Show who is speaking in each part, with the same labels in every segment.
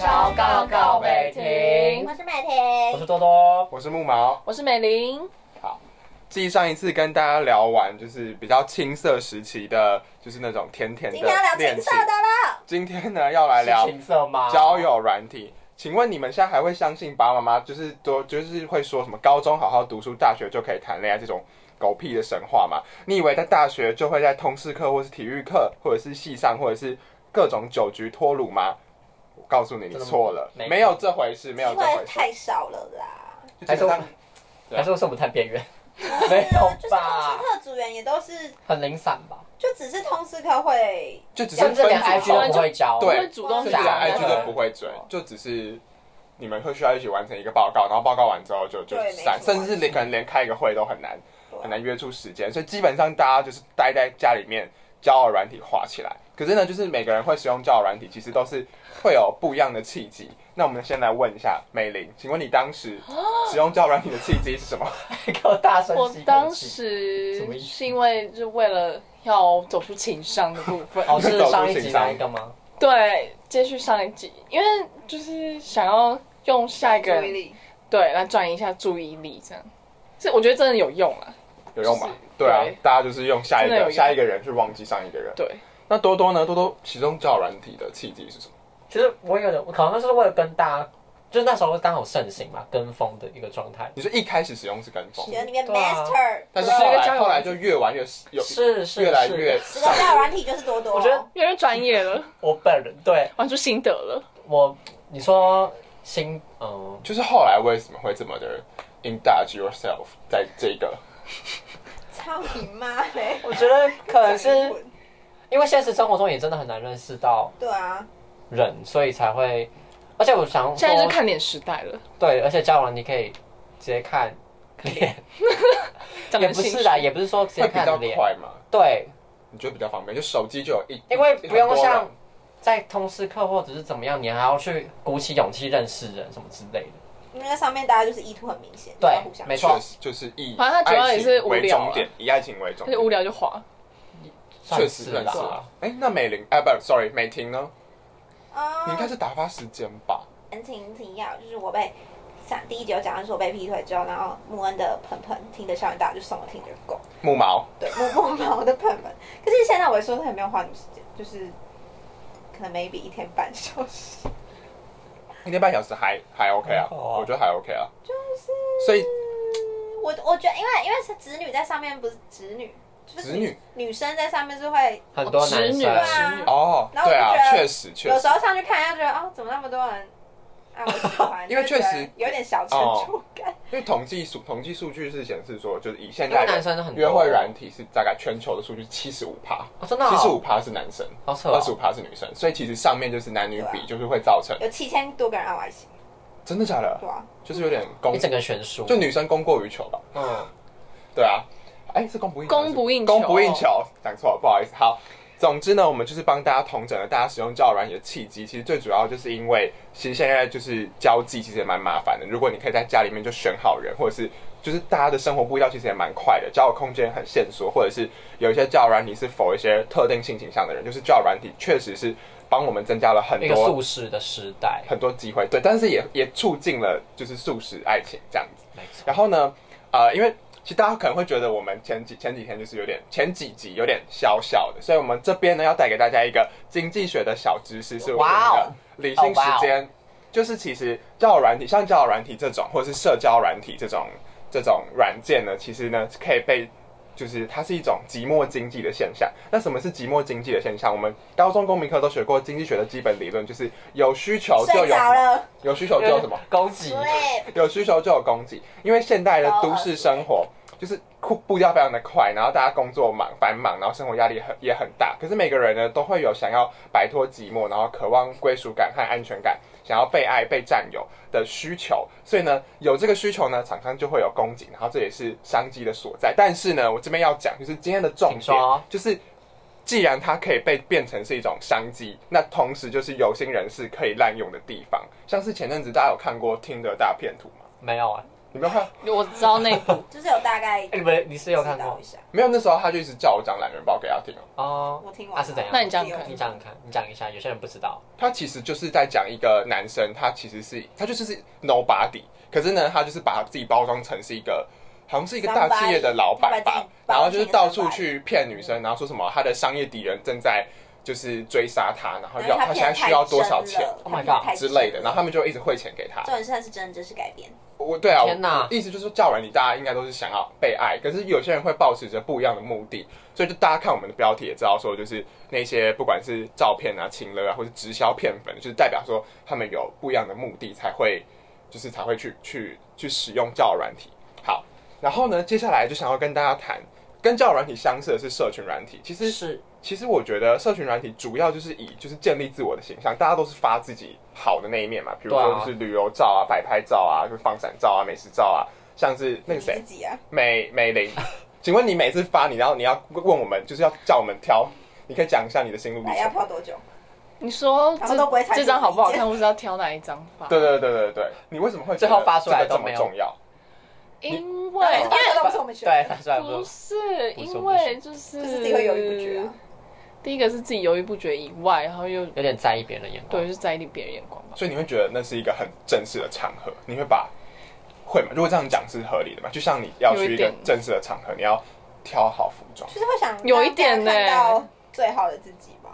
Speaker 1: 告告告美婷
Speaker 2: 我是美婷，
Speaker 1: 我是多多，
Speaker 3: 我是木毛。
Speaker 4: 我是美玲，
Speaker 3: 继上一次跟大家聊完，就是比较青涩时期的，就是那种甜甜
Speaker 2: 今天要聊
Speaker 3: 的
Speaker 2: 情
Speaker 3: 恋
Speaker 2: 色
Speaker 3: 情。
Speaker 2: 的了。
Speaker 3: 今天呢，要来聊
Speaker 1: 是情色吗？
Speaker 3: 交友软体。请问你们现在还会相信爸爸妈妈就是多就是会说什么高中好好读书，大学就可以谈恋爱这种狗屁的神话吗？你以为在大学就会在通识课，或是体育课，或者是系上，或者是各种酒局脱乳吗？我告诉你，你
Speaker 1: 真的吗
Speaker 3: 错了，
Speaker 1: 没有
Speaker 3: 没有这回事，没
Speaker 2: 机
Speaker 3: 有这
Speaker 2: 会
Speaker 3: 回事。
Speaker 2: 太少了啦。
Speaker 3: 就
Speaker 1: 还
Speaker 3: 基
Speaker 1: 是
Speaker 3: 本
Speaker 1: 我
Speaker 3: 上
Speaker 1: 们还是我是我们太边缘，没
Speaker 2: 对
Speaker 1: 有
Speaker 2: 啊，就是通
Speaker 1: 吧
Speaker 2: 识？课组员也都是，
Speaker 1: 很零散吧？
Speaker 2: 就只是通识课会，
Speaker 3: 就只是
Speaker 1: 甚
Speaker 3: 分
Speaker 1: 至连
Speaker 3: 组
Speaker 1: IG 都不会交，
Speaker 3: 对
Speaker 4: 不会主动
Speaker 3: 甚至
Speaker 4: 打
Speaker 3: 连
Speaker 1: 打
Speaker 3: IG 都不会追，就只是你们会需要一起完成一个报告，然后报告完之后就就
Speaker 2: 对
Speaker 3: 散
Speaker 2: 没，错
Speaker 3: 甚至连可能连开一个会都很难
Speaker 2: 对啊
Speaker 3: 很难约出时间，所以基本上大家就是待在家里面交友软体滑起来。可是呢，就是每个人会使用交友软体，其实都是会有不一样的契机。那我们先来问一下美玲，请问你当时
Speaker 4: 啊
Speaker 3: 使用交友软体的契机是什么？
Speaker 1: 给我大声
Speaker 4: 我
Speaker 1: 吸口气
Speaker 4: 当
Speaker 1: 什么
Speaker 4: 时
Speaker 1: 意思
Speaker 4: 是因为就为了要走出情商的部分，
Speaker 1: 哦是上一集那一个吗？
Speaker 4: 对，接续上一集，因为就是想要用下一个
Speaker 2: 注意
Speaker 4: 人
Speaker 2: 力，
Speaker 4: 对来转移一下注意力，这样，是我觉得真的有用啊，
Speaker 3: 有用吗
Speaker 4: 就是？
Speaker 3: 对啊
Speaker 4: 对，
Speaker 3: 大家就是用下一
Speaker 4: 真的有
Speaker 3: 个
Speaker 4: 用
Speaker 3: 下一个人去忘记上一个人。
Speaker 4: 对，
Speaker 3: 那多多呢？多多使用交友软体的契机是什么？
Speaker 1: 其实我有点，我可能就是为了跟大家，就是那时候刚好盛行嘛，跟风的一个状态。
Speaker 3: 你说一开始使用是跟风，
Speaker 2: 觉得里面
Speaker 1: 对啊
Speaker 2: master，
Speaker 3: 但是
Speaker 4: 对啊是
Speaker 3: 后
Speaker 4: 一个交
Speaker 3: 来
Speaker 4: 友
Speaker 3: 后来就越玩越有，
Speaker 1: 是是
Speaker 3: 越来
Speaker 1: 是
Speaker 3: 越
Speaker 2: 这个交友软体就是多多。
Speaker 1: 我觉得
Speaker 4: 越来越专业 了，
Speaker 1: 我本人对
Speaker 4: 玩出心得了，
Speaker 1: 我，你说新嗯，
Speaker 3: 就是后来为什么会这么的 indulge yourself 在这个？
Speaker 2: 操你妈嘞！
Speaker 1: 我觉得可能是
Speaker 2: 讲英文
Speaker 1: 因为现实生活中也真的很难认识到
Speaker 2: 对啊，
Speaker 1: 人，所以才会，而且我想
Speaker 4: 现在就是
Speaker 1: 说，
Speaker 4: 看脸时代了，
Speaker 1: 对，而且交往你可以直接看脸，
Speaker 4: 讲
Speaker 1: 也
Speaker 4: 得
Speaker 1: 不
Speaker 4: 清
Speaker 1: 是
Speaker 4: 楚
Speaker 1: 啦，也不是说直接
Speaker 3: 会比较
Speaker 1: 看脸，
Speaker 3: 快嘛？
Speaker 1: 对，
Speaker 3: 你觉得比较方便，就手机就有一，
Speaker 1: 因为
Speaker 3: 一
Speaker 1: 不用
Speaker 3: 很多人
Speaker 1: 像在通识课或者是怎么样，你还要去鼓起勇气认识人什么之类的，
Speaker 2: 因为上面大家就是意图很明显，
Speaker 1: 对
Speaker 2: 大家互相
Speaker 1: 没错
Speaker 3: 确实就是以
Speaker 4: 反正它主要也是
Speaker 3: 爱情为
Speaker 4: 无聊啊
Speaker 3: 终点，以爱情为终
Speaker 4: 而且
Speaker 3: 点，
Speaker 4: 无聊就滑，
Speaker 1: 算
Speaker 3: 确
Speaker 1: 是
Speaker 3: 实认识
Speaker 1: 啦
Speaker 3: 啊。。哎，那美玲，哎，不，sorry，美婷呢？
Speaker 2: 啊
Speaker 3: 你应该是打发时间吧？
Speaker 2: 前情提要，就是我被上第一集有讲到说我被劈腿之后，然后穆恩的盆盆听的校园大就送我听的狗，
Speaker 3: 木毛，
Speaker 2: 对，木木毛的盆盆。可是现在我说他也没有花什么时间，就是可能 maybe 一天半小时，
Speaker 3: 一天半小时还还 OK 啊，
Speaker 1: 还好啊
Speaker 3: 我觉得还 OK 啊。
Speaker 2: 就是
Speaker 3: 所以
Speaker 2: 我我觉得因为因为是子女在上面不是子女，就是
Speaker 3: 子女
Speaker 2: 女生在上面是会，
Speaker 1: 很多
Speaker 4: 直
Speaker 1: 男
Speaker 4: 女
Speaker 1: 生，
Speaker 2: 对
Speaker 4: 啊
Speaker 2: 啊，
Speaker 3: 哦，
Speaker 2: 然后我
Speaker 3: 对啊
Speaker 2: 就觉，得
Speaker 3: 确实确
Speaker 2: 有
Speaker 3: 实
Speaker 2: 时，候上去看一下觉得哦怎么那么多 人。啊，我喜欢，
Speaker 3: 因为
Speaker 2: 就觉得
Speaker 3: 确实哦
Speaker 2: 有点小成就感。
Speaker 3: 因为统计数统计数据是显示说，就是以
Speaker 1: 因
Speaker 3: 现
Speaker 1: 为
Speaker 3: 在
Speaker 1: 男
Speaker 3: 的
Speaker 1: 生很多
Speaker 3: 约会软体是大概全球的数据七十五趴，
Speaker 1: 哦真的哦
Speaker 3: 七十五趴是男生，
Speaker 1: 好扯
Speaker 3: 二
Speaker 1: 哦
Speaker 3: 十五趴是女生，所以其实上面就是男女
Speaker 2: 对啊
Speaker 3: 比，就是会造成
Speaker 2: 有七千多个人按爱心，
Speaker 3: 真的假的
Speaker 2: 对，啊，
Speaker 3: 就是有点供
Speaker 1: 一，整个悬殊，
Speaker 3: 就女生供过于求吧，
Speaker 1: 嗯，
Speaker 3: 对啊，哎是供不应求
Speaker 4: 供不应求
Speaker 3: 供不应求，讲错了，不好意思，好。总之呢，我们就是帮大家统整了大家使用交友软体的契机。其实最主要就是因为，其实现在就是交际其实也蛮麻烦的。如果你可以在家里面就选好人，或者是就是大家的生活步调其实也蛮快的，交友空间很限缩，或者是有一些交友软体是否一些特定性倾向的人，就是交友软体确实是帮我们增加了很
Speaker 1: 一个
Speaker 3: 多
Speaker 1: 素食的时代，
Speaker 3: 很多机会，对，但是也也促进了就是素食爱情这样子。
Speaker 1: 没错，
Speaker 3: 然后呢，呃，因为其实大家可能会觉得我们前几前几天就是有点前几集有点小小的，所以我们这边呢要带给大家一个经济学的小知识，是我们
Speaker 1: 哇
Speaker 3: 的
Speaker 1: 哦
Speaker 3: 理性
Speaker 1: 哦哇
Speaker 3: 时
Speaker 1: 哦
Speaker 3: 间，就是其实交友软体，像交友软体这种，或是社交软体这种这种软件呢，其实呢可以被。就是它是一种寂寞经济的现象。那什么是寂寞经济的现象？我们高中公民课都学过经济学的基本理论，就是有需求就
Speaker 2: 睡
Speaker 3: 有
Speaker 2: 着了。
Speaker 3: 有需求就有什么？
Speaker 1: 攻击，
Speaker 2: 对，
Speaker 3: 有需求就有供给，因为现代的都市生活就是步步调非常的快，然后大家工作忙繁忙，然后生活压力很也很大。可是每个人呢都会有想要摆脱寂寞，然后渴望归属感和安全感，想要被爱被占有的需求。所以呢，有这个需求呢，厂商就会有供给，然后这也是商机的所在。但是呢，我这边要讲就是今天的重
Speaker 1: 请
Speaker 3: 点
Speaker 1: 说
Speaker 3: 就是。既然它可以被变成是一种商机，那同时就是有心人士可以滥用的地方，像是前阵子大家有看过听的大片图吗？
Speaker 1: 没有啊，
Speaker 3: 你没有看？
Speaker 4: 我知道那部，
Speaker 2: 就是有大概
Speaker 1: 哎你们你是有看
Speaker 2: 知道
Speaker 1: 过
Speaker 2: 一下。
Speaker 3: 没有，那时候他就一直叫我讲懒人包给他听哦。
Speaker 1: 哦？
Speaker 2: 我听完
Speaker 1: 啊是怎样？
Speaker 4: 那你讲讲
Speaker 1: 你讲看，你讲一下，有些人不知道。
Speaker 3: 他其实就是在讲一个男生，他其实是他就是是 nobody，可是呢，他就是把自己包装成是一个好像是一个大企业的老板吧
Speaker 2: Somebody，
Speaker 3: 然后就是到处去骗女生，然后说什么他的商业敌人正在就是追杀他，然后要
Speaker 2: 他
Speaker 3: 现在需要多少钱
Speaker 1: Oh my god，
Speaker 3: 之类的，然后他们就一直汇钱给他
Speaker 2: 重。点是他是真的真实改编，
Speaker 3: 我对啊，
Speaker 1: 天哪
Speaker 3: 我意思就是说，叫完你，大家应该都是想要被爱，可是有些人会抱持着不一样的目的，所以就大家看我们的标题也知道，说就是那些不管是照片啊、情勒啊，或是直销骗粉，就是代表说他们有不一样的目的才会，就是才会去去去使用交友软体。好，然后呢，接下来就想要跟大家谈，跟交友软体相似的是社群软体，其实
Speaker 1: 是
Speaker 3: 其实我觉得社群软体主要就是以就是建立自我的形象，大家都是发自己好的那一面嘛，比如
Speaker 1: 对
Speaker 3: 说
Speaker 1: 啊
Speaker 3: 就是旅游照啊、摆拍照啊、就是放闪照啊、美食照啊，像是那个谁
Speaker 1: 嗯
Speaker 2: 你自己啊，
Speaker 3: 美美玲， 请问你每次发你，然后你要问我们，就是要叫我们挑，你可以讲一下你的心路历
Speaker 2: 来要
Speaker 3: 程。
Speaker 2: 泡多久？
Speaker 4: 你说
Speaker 2: 然后都不会
Speaker 4: 这
Speaker 2: 猜
Speaker 4: 这张好不好看，我只要挑哪一张发。
Speaker 3: 对对对对对，你为什么会觉
Speaker 1: 最后发
Speaker 3: 得
Speaker 1: 出
Speaker 3: 这
Speaker 1: 来
Speaker 3: 个
Speaker 1: 都
Speaker 3: 这么
Speaker 1: 没有
Speaker 3: 重要？
Speaker 4: 因
Speaker 2: 然
Speaker 4: 为
Speaker 2: 哎后这八个都不是我们选
Speaker 1: 对
Speaker 2: 的，，
Speaker 1: 虽然
Speaker 4: 不
Speaker 1: 不
Speaker 4: 是
Speaker 1: 不是
Speaker 4: 因为
Speaker 2: 就
Speaker 4: 就是
Speaker 2: 是自己会犹豫不决啊。
Speaker 4: 第一个是自己犹豫不决以外，然后又
Speaker 1: 有点在意别人的眼光。
Speaker 4: 对，就在意别人眼光吧。
Speaker 3: 所以你会觉得那是一个很正式的场合，你会把会吗？如果这样讲是合理的嘛？就像你要去一
Speaker 4: 有一
Speaker 3: 个
Speaker 4: 点
Speaker 3: 正式的场合，你要挑好服装。
Speaker 2: 就是会想
Speaker 4: 有一点呢
Speaker 2: 让大家看到最好的自己吧，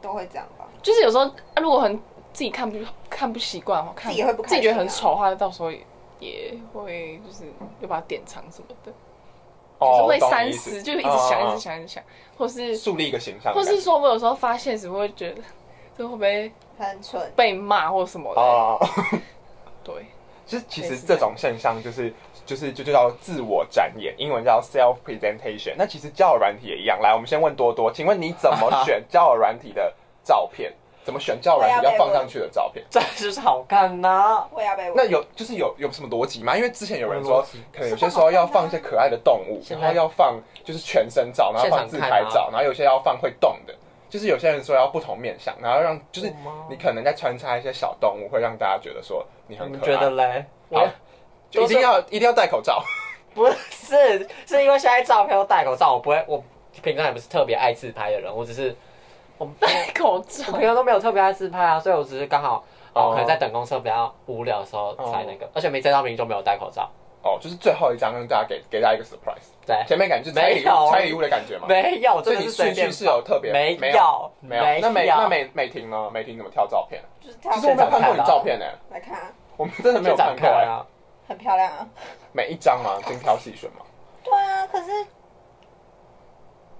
Speaker 2: 都会这样吧。
Speaker 4: 就是有时候、啊如果很自己看不看不习惯的话，看
Speaker 2: 自己会不开
Speaker 4: 自
Speaker 2: 心啊
Speaker 4: 己觉得很丑的话，到时候也也会就是又把它典藏什么的，就是会
Speaker 3: 哦懂
Speaker 4: 三
Speaker 3: 你意思
Speaker 4: 思，就一直想，
Speaker 3: 嗯嗯嗯
Speaker 4: 一直想，一直想，或是
Speaker 3: 树立一个形象的
Speaker 4: 或
Speaker 3: 感觉，
Speaker 4: 是说我有时候发现时，我会觉得这会不会
Speaker 2: 很蠢，
Speaker 4: 被骂或什么的？
Speaker 3: 哦，
Speaker 4: 对，
Speaker 3: 其 实其实这种现象就是就是就就叫自我展演，英文叫 self presentation。那其实交友软体也一样。来，我们先问多多，请问你怎么选交友软体的照片？怎么选交友软体
Speaker 2: 我要
Speaker 3: 要
Speaker 2: 被
Speaker 3: 放
Speaker 2: 问
Speaker 3: 上去的照片？
Speaker 1: 这就是好看呐、
Speaker 2: 我也要被问
Speaker 3: 那有就是有有什么逻辑吗？因为之前有人
Speaker 1: 有
Speaker 3: 说
Speaker 1: 逻辑，
Speaker 3: 可能有些时候要放一些可爱的动物，
Speaker 1: 现
Speaker 3: 然
Speaker 1: 在
Speaker 3: 后要放就是全身照，然后放自拍
Speaker 1: 现场看
Speaker 3: 照，然后有些要放会动的。就是有些人说要不同面相，然后让就是
Speaker 1: 有吗
Speaker 3: 你可能再穿插一些小动物，会让大家觉得说你
Speaker 1: 你
Speaker 3: 很
Speaker 1: 们
Speaker 3: 可
Speaker 1: 觉得
Speaker 3: 爱，
Speaker 1: 嘞？
Speaker 3: 好
Speaker 1: 我
Speaker 3: 就一定要一定要戴口罩。
Speaker 1: 不是，是因为现在照片都戴口罩，我不会，我平常也不是特别爱自拍的人，我只是 我
Speaker 4: 戴口
Speaker 1: 我
Speaker 4: 罩
Speaker 1: 平常都没有特别爱自拍啊，所以我只是刚好哦，
Speaker 3: 哦
Speaker 1: 可能在等公车比较无聊的时候才那个，而且没摘到名就没有戴口罩，
Speaker 3: 哦，就是最后一张让大家给给大家一个 surprise，哎
Speaker 1: 对，
Speaker 3: 前面感觉就是拆礼
Speaker 1: 没有
Speaker 3: 物拆礼物的感觉嘛。
Speaker 1: 没有，
Speaker 3: 所
Speaker 1: 真
Speaker 3: 以
Speaker 1: 的
Speaker 3: 你
Speaker 1: 是
Speaker 3: 顺
Speaker 1: 随
Speaker 3: 序
Speaker 1: 便
Speaker 3: 是有特别
Speaker 1: 没
Speaker 3: 没
Speaker 1: 有
Speaker 3: 没有。那美
Speaker 1: 有
Speaker 3: 那美美婷呢？美婷怎么挑照片？
Speaker 2: 就是
Speaker 3: 其
Speaker 2: 他
Speaker 3: 实我没有看过你照片呢，
Speaker 2: 来看啊，
Speaker 3: 我们真的没有
Speaker 1: 就
Speaker 3: 看
Speaker 1: 长
Speaker 3: 过
Speaker 1: 漂亮
Speaker 3: 欸。
Speaker 1: 啊，
Speaker 2: 很漂亮啊。
Speaker 3: 每一张嘛，精挑细选嘛。
Speaker 2: 对啊，可是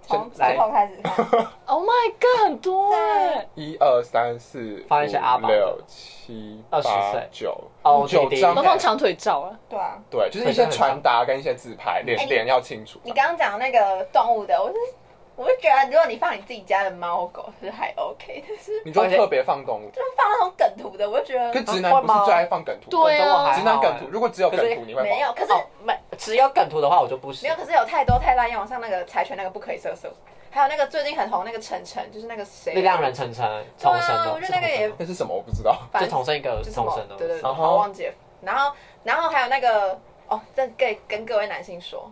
Speaker 2: 从
Speaker 1: 先来
Speaker 2: 最后开始 看，
Speaker 4: ，Oh my god，很多哎、
Speaker 2: 在
Speaker 3: 一二三四
Speaker 1: 放一些阿
Speaker 3: 五
Speaker 1: 宝
Speaker 3: 六七
Speaker 1: 二
Speaker 3: 八
Speaker 1: 十岁
Speaker 3: 九
Speaker 1: 哦
Speaker 3: 九
Speaker 1: 弟弟
Speaker 3: 张
Speaker 4: 都放
Speaker 3: 欸。
Speaker 4: 长腿照啊，
Speaker 2: 对啊，
Speaker 3: 对，就是一些穿搭跟一些自拍，脸
Speaker 2: 哎你
Speaker 3: 脸要清楚。
Speaker 2: 你刚刚讲那个动物的，我是我是觉得，如果你放你自己家的猫狗是还 OK，但是
Speaker 3: 你就特别放动物，
Speaker 2: 就放那种梗图的，我就觉
Speaker 3: 跟
Speaker 2: 得哦
Speaker 3: 直男不是最爱放梗图？
Speaker 4: 对啊
Speaker 1: 我觉得我还好哎
Speaker 3: 直男梗图，如果只有梗
Speaker 1: 可是
Speaker 3: 图，你会
Speaker 2: 没有，可是
Speaker 1: 哦没只有梗图的话我就不
Speaker 2: 没
Speaker 1: 行
Speaker 2: 有，，可是有太多太烂，因为网上那个柴犬那个不可以色色，还有那个最近很红那个晨晨，就是那个谁，啊
Speaker 1: 力量人晨晨
Speaker 2: 对
Speaker 1: 重
Speaker 2: 啊
Speaker 1: 生的，
Speaker 2: 我觉得那个也
Speaker 3: 那是什么？我不知道。
Speaker 2: 反
Speaker 1: 就
Speaker 2: 正
Speaker 1: 重生一个
Speaker 2: 就什
Speaker 1: 重
Speaker 2: 么
Speaker 1: 生的，
Speaker 2: 对对对，
Speaker 1: 然
Speaker 2: 我
Speaker 1: 后
Speaker 2: 忘记了。然后然后还有那个哦，这跟跟各位男性说，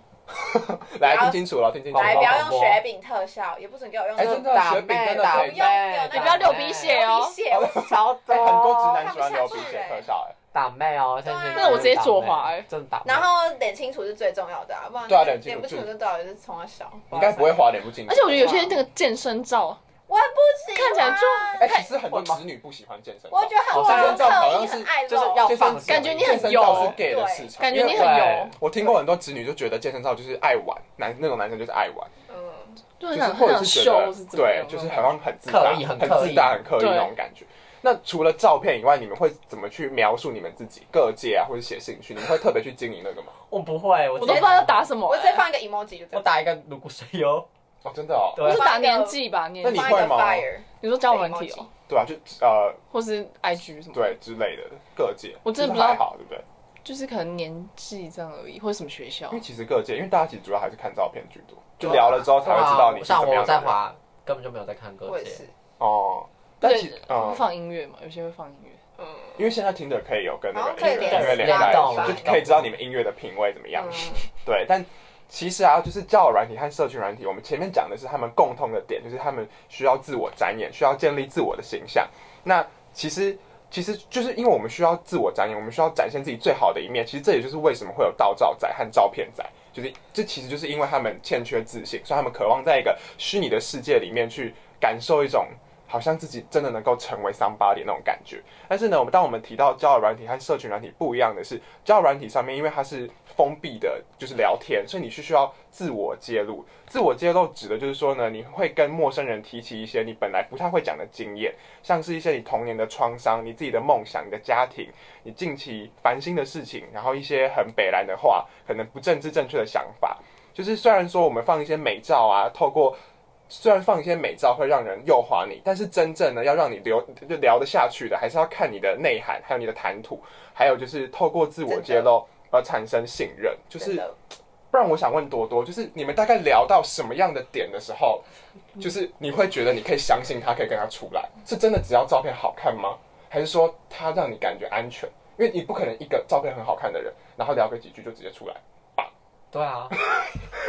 Speaker 3: 来
Speaker 2: 然后
Speaker 3: 听清楚了，听清楚了。
Speaker 2: 来不要
Speaker 1: 广
Speaker 2: 用
Speaker 1: 播
Speaker 2: 雪饼特效，也不准给我用
Speaker 3: 哎
Speaker 2: 那
Speaker 3: 真
Speaker 2: 种
Speaker 3: 的
Speaker 1: 打
Speaker 3: 雪饼
Speaker 1: 妹
Speaker 3: 真的
Speaker 1: 打
Speaker 3: 可
Speaker 1: 妹
Speaker 3: 以，
Speaker 2: 不要有那
Speaker 4: 你不要流鼻血哦
Speaker 2: 流鼻血，我
Speaker 1: 超多，
Speaker 3: 哎，很多直男喜欢流鼻血
Speaker 2: 看不下去
Speaker 3: 特效，哎，
Speaker 1: 打妹哦，现在
Speaker 2: 对啊
Speaker 1: 就是
Speaker 2: 那我
Speaker 4: 直接左滑
Speaker 1: 打妹
Speaker 4: 欸
Speaker 1: 真的打妹。
Speaker 2: 然后脸清楚是最重要的啊，不然
Speaker 3: 对啊脸清楚
Speaker 2: 脸不清楚
Speaker 3: 最
Speaker 2: 这到底是从哪小？
Speaker 3: 你应嗯该不会滑脸不进去。
Speaker 4: 而且我觉得有些那个健身照，啊
Speaker 2: 我不喜啊欢
Speaker 4: 看起来就
Speaker 3: 哎，其实很多直女不喜欢健身照，
Speaker 2: 我觉得很
Speaker 3: 健身照好像
Speaker 2: 刻意
Speaker 3: 是
Speaker 2: 很爱露，
Speaker 1: 就是要
Speaker 3: 健身
Speaker 1: 放松，
Speaker 4: 感觉你
Speaker 3: 健
Speaker 4: 很
Speaker 3: 身
Speaker 4: 油
Speaker 3: 照是 gay 的市场，
Speaker 4: 感觉你很
Speaker 3: 因为
Speaker 1: 对
Speaker 4: 油，
Speaker 3: 我听过很多直女就觉得健身照就是爱玩，男那种男生就是爱玩，
Speaker 2: 嗯，
Speaker 4: 就
Speaker 3: 就
Speaker 4: 很
Speaker 3: 是
Speaker 4: 想
Speaker 3: 或
Speaker 4: 很
Speaker 3: 者
Speaker 4: 想
Speaker 3: 是觉
Speaker 4: 秀
Speaker 3: 得
Speaker 4: 是怎么
Speaker 3: 对
Speaker 4: 样，啊
Speaker 3: 就是好像很自大、
Speaker 1: 刻意很刻意
Speaker 3: 自大、很刻意
Speaker 4: 对
Speaker 3: 那种感觉。那除了照片以外，你们会怎么去描述你们自己各界啊，或者写兴趣？你们会特别去经营那个吗？
Speaker 1: 我不会，我
Speaker 4: 我
Speaker 1: 直
Speaker 4: 都
Speaker 1: 接
Speaker 4: 不知道要打什么、
Speaker 2: 我直接
Speaker 4: 欸，
Speaker 2: 放一个 emoji 就这
Speaker 1: 我
Speaker 2: 样，
Speaker 1: 打一个泸骨水油，
Speaker 3: 哦，真的哦，
Speaker 1: 对啊
Speaker 4: 我是打年纪吧，年
Speaker 3: 那
Speaker 4: 纪
Speaker 3: 你
Speaker 2: 放一个
Speaker 3: 会吗
Speaker 2: fire，
Speaker 4: 你说交友软体
Speaker 2: 对
Speaker 4: 哦，
Speaker 3: 对啊，就呃，
Speaker 4: 或是 IG 什么，，
Speaker 3: 对之类的各界，
Speaker 4: 我真的
Speaker 3: 就
Speaker 4: 不知
Speaker 3: 是
Speaker 4: 道哦
Speaker 3: 还好，对不对？
Speaker 4: 就是可能年纪这样而已，或者什么学校
Speaker 3: 因为，其实各界，因为大家其实主要还是看照片居多，
Speaker 1: 对
Speaker 3: 就
Speaker 4: 哦
Speaker 1: 啊
Speaker 3: 聊了之后才会知道你是怎
Speaker 1: 像
Speaker 3: 么
Speaker 1: 我
Speaker 3: 样的
Speaker 1: 在
Speaker 3: 人。
Speaker 1: 滑，根本就没有在看歌
Speaker 2: 我也
Speaker 1: 界
Speaker 2: 是，
Speaker 3: 哦，但
Speaker 4: 对
Speaker 3: 其，嗯
Speaker 4: 会，放音乐嘛，有些会放音乐，
Speaker 2: 嗯，
Speaker 3: 因为现在听的可以有跟那
Speaker 2: 哦
Speaker 3: 个
Speaker 2: 可以
Speaker 3: 音乐
Speaker 2: 联
Speaker 3: 音乐
Speaker 2: 系
Speaker 3: 连
Speaker 2: 拉
Speaker 3: 带
Speaker 2: 动，
Speaker 3: 就
Speaker 2: 拉
Speaker 3: 可以
Speaker 1: 动
Speaker 3: 知道你们音乐的品味怎么样。
Speaker 4: 嗯
Speaker 3: 对，但其实啊，就是交友软体和社群软体，我们前面讲的是他们共通的点，就是他们需要自我展演，需要建立自我的形象。那其实。其实就是因为我们需要自我展演，我们需要展现自己最好的一面。其实这也就是为什么会有盗照仔和照片仔，就是这其实就是因为他们欠缺自信，所以他们渴望在一个虚拟的世界里面去感受一种好像自己真的能够成为 somebody 那种感觉。但是呢，我们当我们提到交友软体和社群软体不一样的是，交友软体上面因为它是封闭的，就是聊天，所以你是需要自我揭露。自我揭露指的就是说呢，你会跟陌生人提起一些你本来不太会讲的经验，像是一些你童年的创伤、你自己的梦想、你的家庭、你近期烦心的事情，然后一些很北然的话，可能不政治正确的想法。就是虽然说我们放一些美照啊，透过虽然放一些美照会让人诱惑你，但是真正呢要让你留就聊得下去的，还是要看你的内涵，还有你的谈吐，还有就是透过自我揭露而产生信任。就是
Speaker 2: 真的
Speaker 3: 不然，我想问多多，就是你们大概聊到什么样的点的时候，就是你会觉得你可以相信他，可以跟他出来，是真的只要照片好看吗？还是说他让你感觉安全？因为你不可能一个照片很好看的人，然后聊个几句就直接出来，
Speaker 1: 对啊，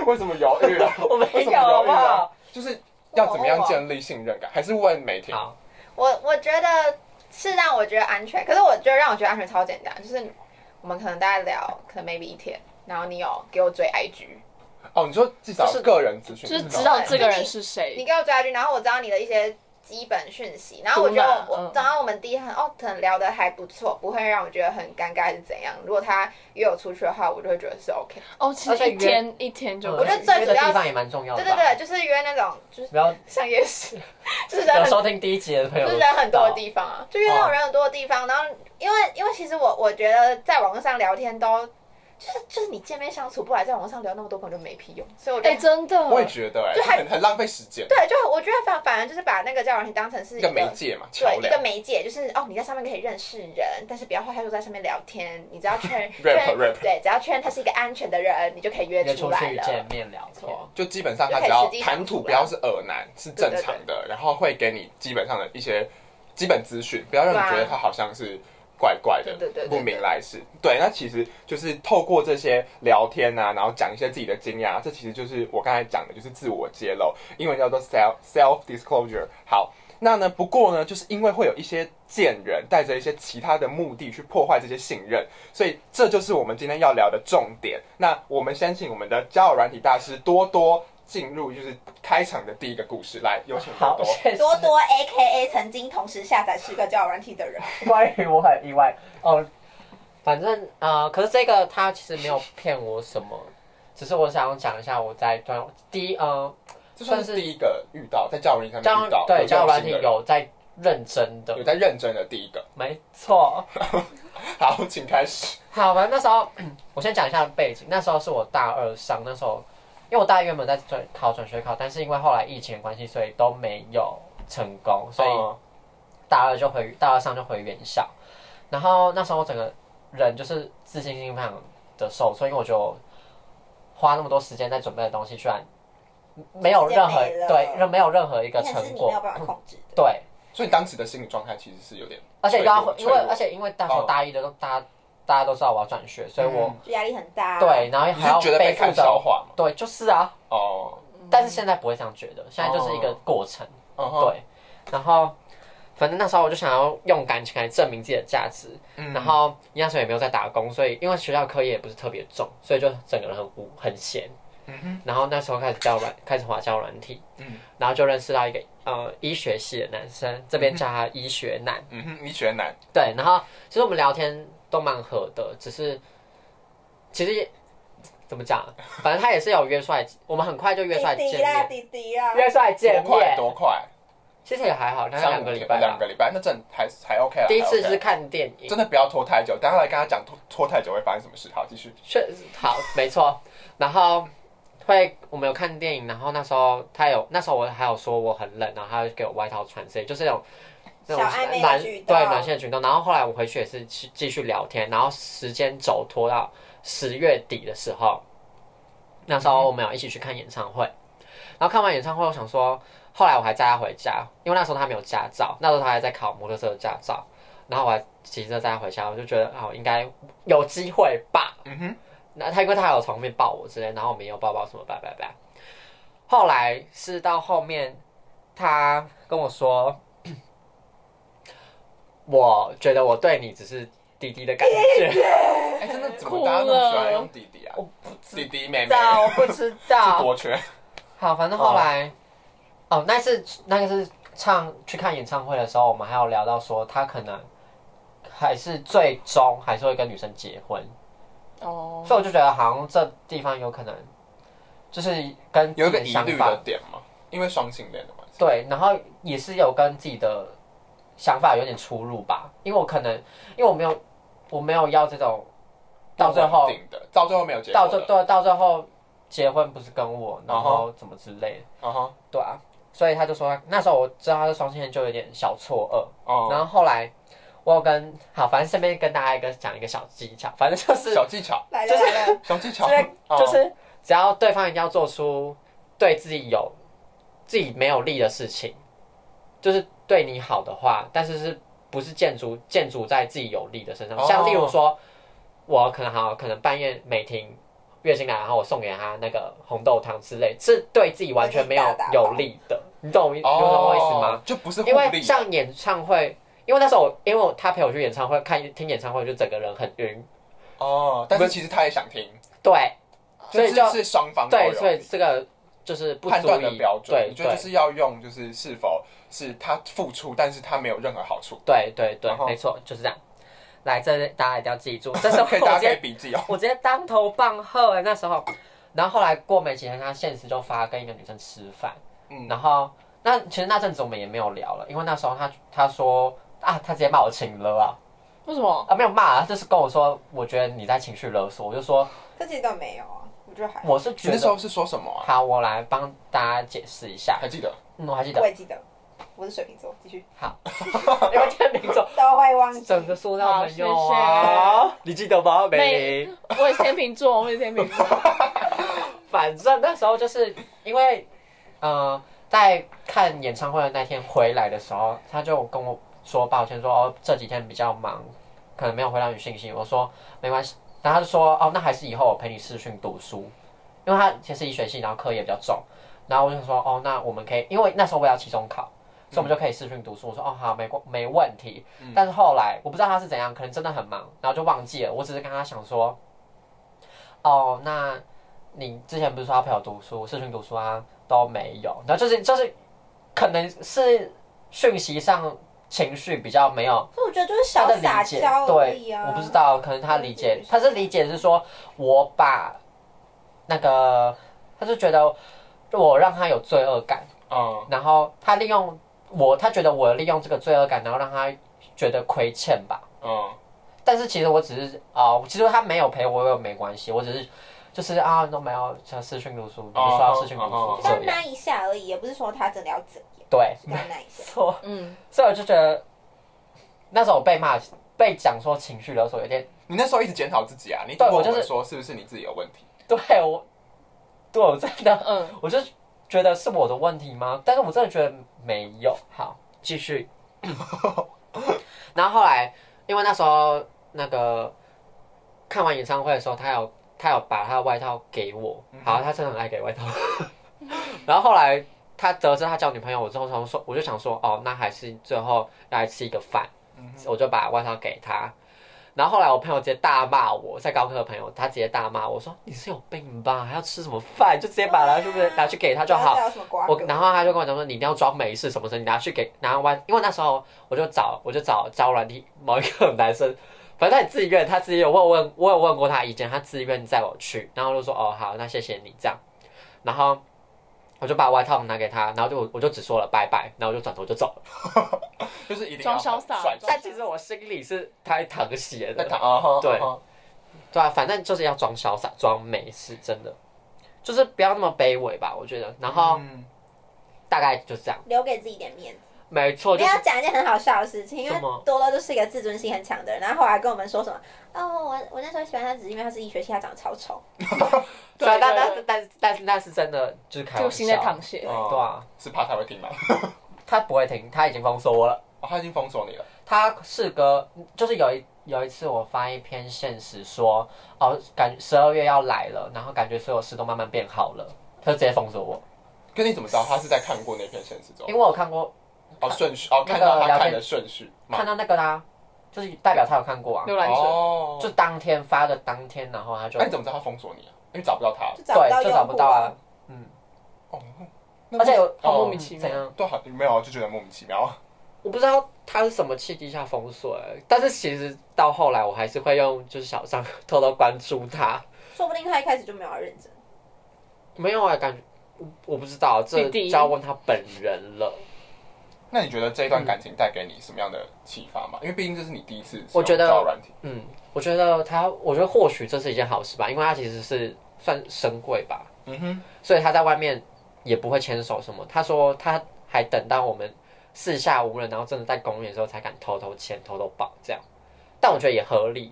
Speaker 3: 为什么犹豫啊？
Speaker 1: 我没
Speaker 3: 为什
Speaker 1: 有
Speaker 3: 么
Speaker 1: 好
Speaker 3: 犹豫
Speaker 1: 不
Speaker 3: 啊
Speaker 1: 好？
Speaker 3: 就是要怎么样建立信任感？还是问美婷？
Speaker 1: 好，
Speaker 2: 我我觉得是让我觉得安全，可是我觉得让我觉得安全超简单，就是我们可能大概聊，可能 maybe 一天，然后你有给我追 IG，
Speaker 3: 哦，你说至少
Speaker 4: 就是
Speaker 3: 个人资讯，
Speaker 4: 就是
Speaker 3: 至少
Speaker 4: 知道这个人是谁
Speaker 2: 你。给我追 IG，然后我知道你的一些基本讯息，然后我觉得我
Speaker 4: 读码
Speaker 2: 我
Speaker 4: 嗯，
Speaker 2: 然后我们第一很哦，可能聊得还不错，不会让我觉得很尴尬还是怎样。如果他约我出去的话，我就会觉得是 OK。
Speaker 4: 哦，其
Speaker 1: 而
Speaker 4: 实
Speaker 1: 且
Speaker 4: 一天一天就
Speaker 1: 嗯
Speaker 2: 我觉得最
Speaker 1: 约
Speaker 2: 主
Speaker 1: 的
Speaker 2: 要
Speaker 1: 地
Speaker 2: 是
Speaker 1: 方也蛮重要
Speaker 2: 对
Speaker 1: 的。
Speaker 2: 对对，，就是约那种就是
Speaker 1: 不要
Speaker 2: 像夜市，就是人
Speaker 1: 有
Speaker 2: 很
Speaker 1: 收听第一集的朋友
Speaker 2: 就
Speaker 1: 都
Speaker 2: 是
Speaker 1: 知道，
Speaker 2: 人很多的地方啊，就约那种
Speaker 1: 哦
Speaker 2: 人很多的地方，然后因为因为其实我我觉得在网络上聊天都就是就是你见面相处不来，在网络上聊那么多根本就没屁用，所以我就、
Speaker 4: 哎，真的，
Speaker 3: 我也觉得哎、
Speaker 2: 就还
Speaker 3: 很很浪费时间，
Speaker 2: 对，就我觉得反反而就是把那个交友软件当成是
Speaker 3: 一个媒介嘛，桥
Speaker 2: 对一个
Speaker 3: 梁。
Speaker 2: 媒介，就是哦你在上面可以认识人，但是不要花太多在上面聊天，你只要确 认确
Speaker 3: Rap
Speaker 2: 认
Speaker 3: rap
Speaker 2: 对，只要确认他是一个安全的人，你就可以约
Speaker 1: 约
Speaker 2: 出
Speaker 1: 出
Speaker 2: 来
Speaker 1: 去
Speaker 2: 了
Speaker 1: 见。面聊天。
Speaker 2: 错
Speaker 3: 就基本上他只要谈吐不要是耳男，是正常的，然后会给你基本上的一些基本资讯，不要让你觉得他好像是怪怪的、
Speaker 2: 啊对对对对
Speaker 3: 不明来世。对，那其实就是透过这些聊天啊，然后讲一些自己的经验啊，这其实就是我刚才讲的，就是自我揭露，英文叫做 self self disclosure。好。那呢？不过呢，就是因为会有一些贱人带着一些其他的目的去破坏这些信任，所以这就是我们今天要聊的重点。那我们先请我们的交友软体大师多多进入就是开场的第一个故事，来有请多
Speaker 1: 好，
Speaker 3: 多。
Speaker 1: 谢谢。
Speaker 2: 多多 A K A 曾经同时下载十个交友软体的人，
Speaker 1: 关于我很意外哦，反正呃，可是这个他其实没有骗我什么，只是我想讲一下我在专第一呃，
Speaker 3: 这算是第一个遇到在交友软体上
Speaker 1: 交
Speaker 3: 面遇到
Speaker 1: 对交友
Speaker 3: 用
Speaker 1: 软
Speaker 3: 心
Speaker 1: 体
Speaker 3: 的人
Speaker 1: 有在认真的
Speaker 3: 有，在认真的第一个。
Speaker 1: 没错。
Speaker 3: 好，请开始。
Speaker 1: 好，反正那时候 我先讲一下背景，那时候是我大二上，那时候因为我大一原本在转考转学考，但是因为后来疫情的关系，所以都没有成功，所以
Speaker 3: 嗯
Speaker 1: 大二就回大二上就回原校，然后那时候我整个人就是自信心非常的受挫，因为我就花那么多时间在准备的东西，居然没有任何
Speaker 2: 时间没了
Speaker 1: 对，任没有任何一
Speaker 2: 你
Speaker 1: 个
Speaker 2: 很是
Speaker 1: 成
Speaker 2: 你没有
Speaker 1: 果，
Speaker 2: 办法控制的。
Speaker 1: 对，
Speaker 3: 所以当时的心理状态其实是有点
Speaker 1: 而且又
Speaker 3: 脆
Speaker 1: 要
Speaker 3: 弱
Speaker 1: 因为
Speaker 3: 脆弱
Speaker 1: 而且因为那时候
Speaker 3: 哦
Speaker 1: 大一的都大家大家都知道我要转学，所以我、
Speaker 2: 就压力很大、啊，
Speaker 1: 对，然后
Speaker 3: 嗯你
Speaker 1: 还要
Speaker 3: 是觉得被
Speaker 1: 背负
Speaker 3: 看
Speaker 1: 着
Speaker 3: 笑话嘛？
Speaker 1: 对，就是啊，
Speaker 3: 哦，
Speaker 1: 但是现在不会这样觉得，现在就是一个过程。
Speaker 3: 嗯哼，
Speaker 1: 对，然后反正那时候我就想要用感情来证明自己的价值，
Speaker 3: 嗯
Speaker 1: 然后那时候也没有在打工，所以因为学校课业也不是特别重，所以就整个人很无很闲。
Speaker 3: 嗯哼，
Speaker 1: 然后那时候开始教软，开始滑教软体，
Speaker 3: 嗯
Speaker 1: 然后就认识到一个呃医学系的男生，这边叫他医学男。
Speaker 3: 嗯哼，你喜欢男？
Speaker 1: 对，然后其实我们聊天都蛮合的，只是其实也怎么讲啊， 反正他也是有约出来，我们很快就约出来
Speaker 2: 弟
Speaker 1: 见
Speaker 2: 弟啦，
Speaker 1: 面，
Speaker 2: 弟弟啊，
Speaker 1: 约出来见
Speaker 3: 多快
Speaker 1: 面，
Speaker 3: 多快？
Speaker 1: 其实也还好，大概两个礼拜
Speaker 3: 两
Speaker 1: 吧。
Speaker 3: 个礼拜，那真的还还 OK 了。
Speaker 1: 第一次
Speaker 3: 还
Speaker 1: 是
Speaker 3: OK
Speaker 1: 看电影，
Speaker 3: 真的不要拖太久，等下来跟他讲拖拖太久会发生什么事。好，继续。
Speaker 1: 确好，没错。然后会我们有看电影，然后那时候他有那时候我还有说我很冷，然后他就给我外套穿，所以就是那种那种
Speaker 2: 小暧昧的
Speaker 1: 暖
Speaker 2: 举动
Speaker 1: 对暖性的举动。然后后来我回去也是去继续聊天，然后时间走拖到十月底的时候，那时
Speaker 2: 嗯
Speaker 1: 候我们有一起去看演唱会，然后看完演唱会，我想说，后来我还载他回家，因为那时候他没有驾照，那时候他还在考摩托车的驾照。然后我还骑车载他回家，我就觉得啊，我应该有机会吧。
Speaker 3: 嗯哼，
Speaker 1: 那他因为他有从后面抱我之类，然后我们也有抱抱什么拜拜拜。后来是到后面，他跟我说，我觉得我对你只是弟弟的感觉，
Speaker 3: 哎，真的怎么
Speaker 4: 哭
Speaker 3: 大家那么喜欢
Speaker 4: 了
Speaker 3: 用弟弟啊？
Speaker 1: 我不知
Speaker 3: 弟弟妹妹
Speaker 1: 道，我不知道，
Speaker 3: 多圈，
Speaker 1: 好，反正后来，哦，那次那个是唱去看演唱会的时候，我们还有聊到说，他可能还是最终还是会跟女生结婚，
Speaker 4: 哦，
Speaker 1: 所以我就觉得好像这地方有可能就是跟
Speaker 3: 有一个
Speaker 1: 自己
Speaker 3: 疑
Speaker 1: 的
Speaker 3: 虑
Speaker 1: 想法
Speaker 3: 的点嘛，因为双性恋的关系。
Speaker 1: 对，然后也是有跟自己的想法有点出入吧，因为我可能因为我没有我没有要这种到最后
Speaker 3: 不稳定的，到最后没有结果
Speaker 1: 到
Speaker 3: 的，
Speaker 1: 最对到最后结婚不是跟我，然后怎么之类的，
Speaker 3: 嗯哼，
Speaker 1: 对啊，所以他就说他那时候我知道他是双性恋，就有点小错愕。
Speaker 3: 哦，
Speaker 1: 然后后来我有跟好，反正顺便跟大家一个讲一个小技巧，反正就是
Speaker 3: 哦小技巧，
Speaker 2: 来
Speaker 1: 就
Speaker 2: 了
Speaker 1: 是
Speaker 2: 来了，
Speaker 3: 小技巧
Speaker 1: 就，是
Speaker 3: 哦
Speaker 1: 就是只要对方一定要做出对自己有自己没有利的事情，就是对你好的话，但是是不是建筑建筑在自己有利的身上？
Speaker 3: 哦
Speaker 1: 像例如说，我可能好可能半夜美婷月经来，然后我送给她那个红豆汤之类，是对自己完全没有
Speaker 2: 对自己大大
Speaker 1: 有
Speaker 2: 方
Speaker 1: 利的，你懂我意你懂我意思吗
Speaker 3: 哦？，就不是互
Speaker 1: 因为
Speaker 3: 利，
Speaker 1: 像演唱会，因为那时候我因为我他陪我去演唱会看听演唱会，就整个人很晕。
Speaker 3: 哦，但是其实他也想听，
Speaker 1: 对所
Speaker 3: 所
Speaker 1: 以
Speaker 3: 以
Speaker 1: 就
Speaker 3: 就是双方都有
Speaker 1: 对，所以这个就是不
Speaker 3: 判
Speaker 1: 足
Speaker 3: 断的
Speaker 1: 以
Speaker 3: 标准，
Speaker 1: 对
Speaker 3: 我觉得
Speaker 1: 对
Speaker 3: 就是要用，就是是否是他付出，但是他没有任何 好处。
Speaker 1: 对对对
Speaker 3: 然，后
Speaker 1: 没错，就是这样。来，这大家一定要记住，这是我
Speaker 3: 可以，
Speaker 1: 直
Speaker 3: 大家可
Speaker 1: 接
Speaker 3: 以笔记哦。
Speaker 1: 我直接当头棒喝哎、那时候。然后后来过没几天，他现实就发跟一个女生吃饭，
Speaker 3: 嗯，
Speaker 1: 然后那其实那阵子我们也没有聊了，因为那时候他他说啊，他直接把我请了啊
Speaker 4: 为什么？
Speaker 1: 啊没有骂，他就是跟我说，我觉得你在情绪勒索，我就说
Speaker 2: 这阶段没有啊，我觉得还好
Speaker 1: 我是
Speaker 3: 你
Speaker 1: 觉
Speaker 3: 那
Speaker 1: 得
Speaker 3: 时候是说什么啊？
Speaker 1: 好，我来帮大家解释一下。
Speaker 3: 还记得？
Speaker 1: 嗯，我还记
Speaker 2: 我
Speaker 1: 得，
Speaker 2: 也记得，我是水瓶座，继续
Speaker 1: 因为天秤座
Speaker 2: 都会忘记。
Speaker 1: 整个塑料朋友
Speaker 4: 好
Speaker 1: 啊，你记得吗，美玲？
Speaker 4: 我也是天秤座，我也是天秤座。
Speaker 1: 反正那时候就是因为，呃，在看演唱会的那天回来的时候，他就跟我说抱歉说，哦这几天比较忙，可能没有回到你讯息。我说没关系，然后他就说哦那还是以后我陪你视讯读书，因为他其实医学系，然后课也比较重，然后我就说哦那我们可以，因为那时候我也要期中考。所以我们就哦可以视讯读书。我说哦好，没关没问题。但是后来我不知道他是怎样，可能真的很忙，然后就忘记了。我只是跟他想说，哦，那你之前不是说要陪我读书，视讯读书啊都没有，然后就是就是可能是讯息上情绪比较没有
Speaker 2: 所以我觉得就是
Speaker 1: 他
Speaker 2: 小
Speaker 1: 的
Speaker 2: 撒
Speaker 1: 理解，
Speaker 2: 娇而已
Speaker 1: 对，
Speaker 2: 啊。
Speaker 1: 我不知道，可能他理解，他是理解是说我把那个，他就觉得我让他有罪恶感。
Speaker 3: 嗯，
Speaker 1: 然后他利用我，他觉得我利用这个罪恶感，然后让他觉得亏欠吧。
Speaker 3: 嗯，
Speaker 1: 但是其实我只是啊、其实他没有陪我，我也没关系，我只是就是啊都没有像视讯读书，比如说要视讯读
Speaker 3: 哦
Speaker 1: 书
Speaker 2: 他
Speaker 1: 这样，
Speaker 2: 那一下而已，也不是说他真的要怎样，
Speaker 1: 对，
Speaker 2: 是他那一下。
Speaker 1: 错。
Speaker 4: 嗯，
Speaker 1: 所以我就觉得那时候我被骂，被讲说情绪勒索有点，
Speaker 3: 你那时候一直检讨自己啊，你
Speaker 1: 对
Speaker 3: 问
Speaker 1: 我
Speaker 3: 我
Speaker 1: 就是
Speaker 3: 们说是不是你自己有问题？
Speaker 1: 对我，对我真的，
Speaker 4: 嗯，
Speaker 1: 我就觉得是我的问题吗？但是我真的觉得没有。好，继续。然后后来，因为那时候那个看完演唱会的时候，他有他有把他的外套给我，好，他真的很爱给外套。 然后后来他得知他交女朋友，我之后想说，我就想说，哦，那还是最后来吃一个饭，我就把外套给他。然后后来我朋友直接大骂我，在高科的朋友，他直接大骂我说：“你是有病吧？还要吃什么饭？就直接把它是不是拿去给他就好
Speaker 2: 不。要再有什么瓜葛
Speaker 1: 我然后他就跟我讲说，你一定要装没事什么事，你拿去给拿完，因为那时候我就找我就找招软体某一个男生，反正他也自愿，他自己有问问我有问过他意见，他自愿载我去，然后我就说哦好，那谢谢你这样，然后我就把外套拿给他，然后就我就只说了拜拜，然后我就转头就走了。
Speaker 3: 就是一定要
Speaker 4: 装潇洒
Speaker 3: 帅气
Speaker 4: 装
Speaker 1: 但其实我心里是太淌血
Speaker 3: 在
Speaker 1: 的，
Speaker 3: 躺啊哈，
Speaker 1: 对
Speaker 3: 啊哈
Speaker 1: 对啊，反正就是要装潇洒，装没事，真的就是不要那么卑微吧，我觉得。然后
Speaker 3: 嗯
Speaker 1: 大概就这样，
Speaker 2: 留给自己一点面子。
Speaker 1: 没错，
Speaker 2: 我
Speaker 1: 就是
Speaker 2: 要讲一件很好笑的事情，因为
Speaker 1: 什么
Speaker 2: 多多就是一个自尊心很强的人，然后后来跟我们说什么，哦，我我那时候喜欢他只是因为他是医学系，他长得超丑，
Speaker 1: 对啊，但
Speaker 4: 对
Speaker 1: 但但但是那是真的，就是开
Speaker 4: 就
Speaker 1: 玩
Speaker 4: 心在
Speaker 1: 笑。
Speaker 4: 淌血。
Speaker 1: 对
Speaker 3: 哦
Speaker 1: 啊，
Speaker 3: 是怕他会听吗？
Speaker 1: 他不会停，他已经封锁我了。
Speaker 3: 哦，他已经封锁你了。
Speaker 1: 他事隔就是有一有一次我发一篇现实说，哦，感十二月要来了，然后感觉所有事都慢慢变好了，他就直接封锁我，
Speaker 3: 可你怎么知道他是在看过那篇现实中？
Speaker 1: 因为我有看过
Speaker 3: 哦，顺序哦，
Speaker 1: 那个
Speaker 3: 看到他
Speaker 1: 聊天
Speaker 3: 看的顺序嘛。
Speaker 1: 看到那个啦、就是代表他有看过啊，
Speaker 4: 浏览者，
Speaker 3: 哦，
Speaker 1: 就当天发的当天，然后他就
Speaker 4: 哎
Speaker 3: 那你怎么知道他封锁你啊？因为找不到他了。
Speaker 5: 就找不到
Speaker 1: 哦对就找
Speaker 5: 用
Speaker 1: 不
Speaker 5: 户
Speaker 1: 到啊，，嗯，
Speaker 3: 哦，
Speaker 1: 而且有
Speaker 4: 好
Speaker 3: 哦
Speaker 4: 莫名其
Speaker 1: 怎
Speaker 4: 妙。
Speaker 1: 样？
Speaker 3: 对，好没有，就觉得莫名其妙。
Speaker 1: 我不知道他是什么契机下封锁、欸，但是其实到后来我还是会用就是小账 偷偷关注他。
Speaker 5: 说不定他一开始就没有要认真。
Speaker 1: 没有啊，感觉我我不知道，这
Speaker 4: 弟弟
Speaker 1: 就要问他本人了。
Speaker 3: 那你觉得这一
Speaker 1: 嗯
Speaker 3: 段感情带给你什么样的启发吗？因为毕竟这是你第一次
Speaker 1: 我觉得
Speaker 3: 交友软体，
Speaker 1: 嗯，我觉得他，我觉得或许这是一件好事吧，因为他其实是算深贵吧，
Speaker 3: 嗯哼，
Speaker 1: 所以他在外面也不会牵手什么。他说他还等到我们四下无人，然后真的在公园的时候才敢偷偷牵、偷偷抱这样。但我觉得也合理，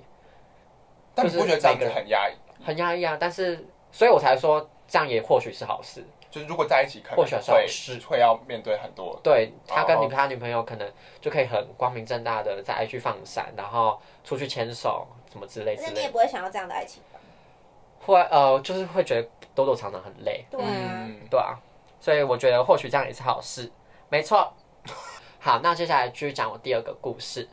Speaker 3: 但你不觉得这样子很压抑？
Speaker 1: 很压抑啊。但是，所以我才说这样也或许啊是好事。
Speaker 3: 就是如果在一起，可能
Speaker 1: 或许
Speaker 3: 会
Speaker 1: 是
Speaker 3: 会要面对很多。
Speaker 1: 对他跟
Speaker 3: 哦
Speaker 1: 女他女朋友可能就可以很光明正大的在 IG 放闪，然后出去牵手什么之类
Speaker 5: 那
Speaker 1: 之
Speaker 5: 你
Speaker 1: 类
Speaker 5: 也
Speaker 1: 的。
Speaker 5: 不会想要这样的爱情吧？
Speaker 1: 会呃，就是会觉得躲躲藏藏很累，
Speaker 5: 对啊，
Speaker 3: 嗯，
Speaker 1: 对啊。所以我觉得或许这样也是好事，没错。 好，那接下来继续讲我第二个故事，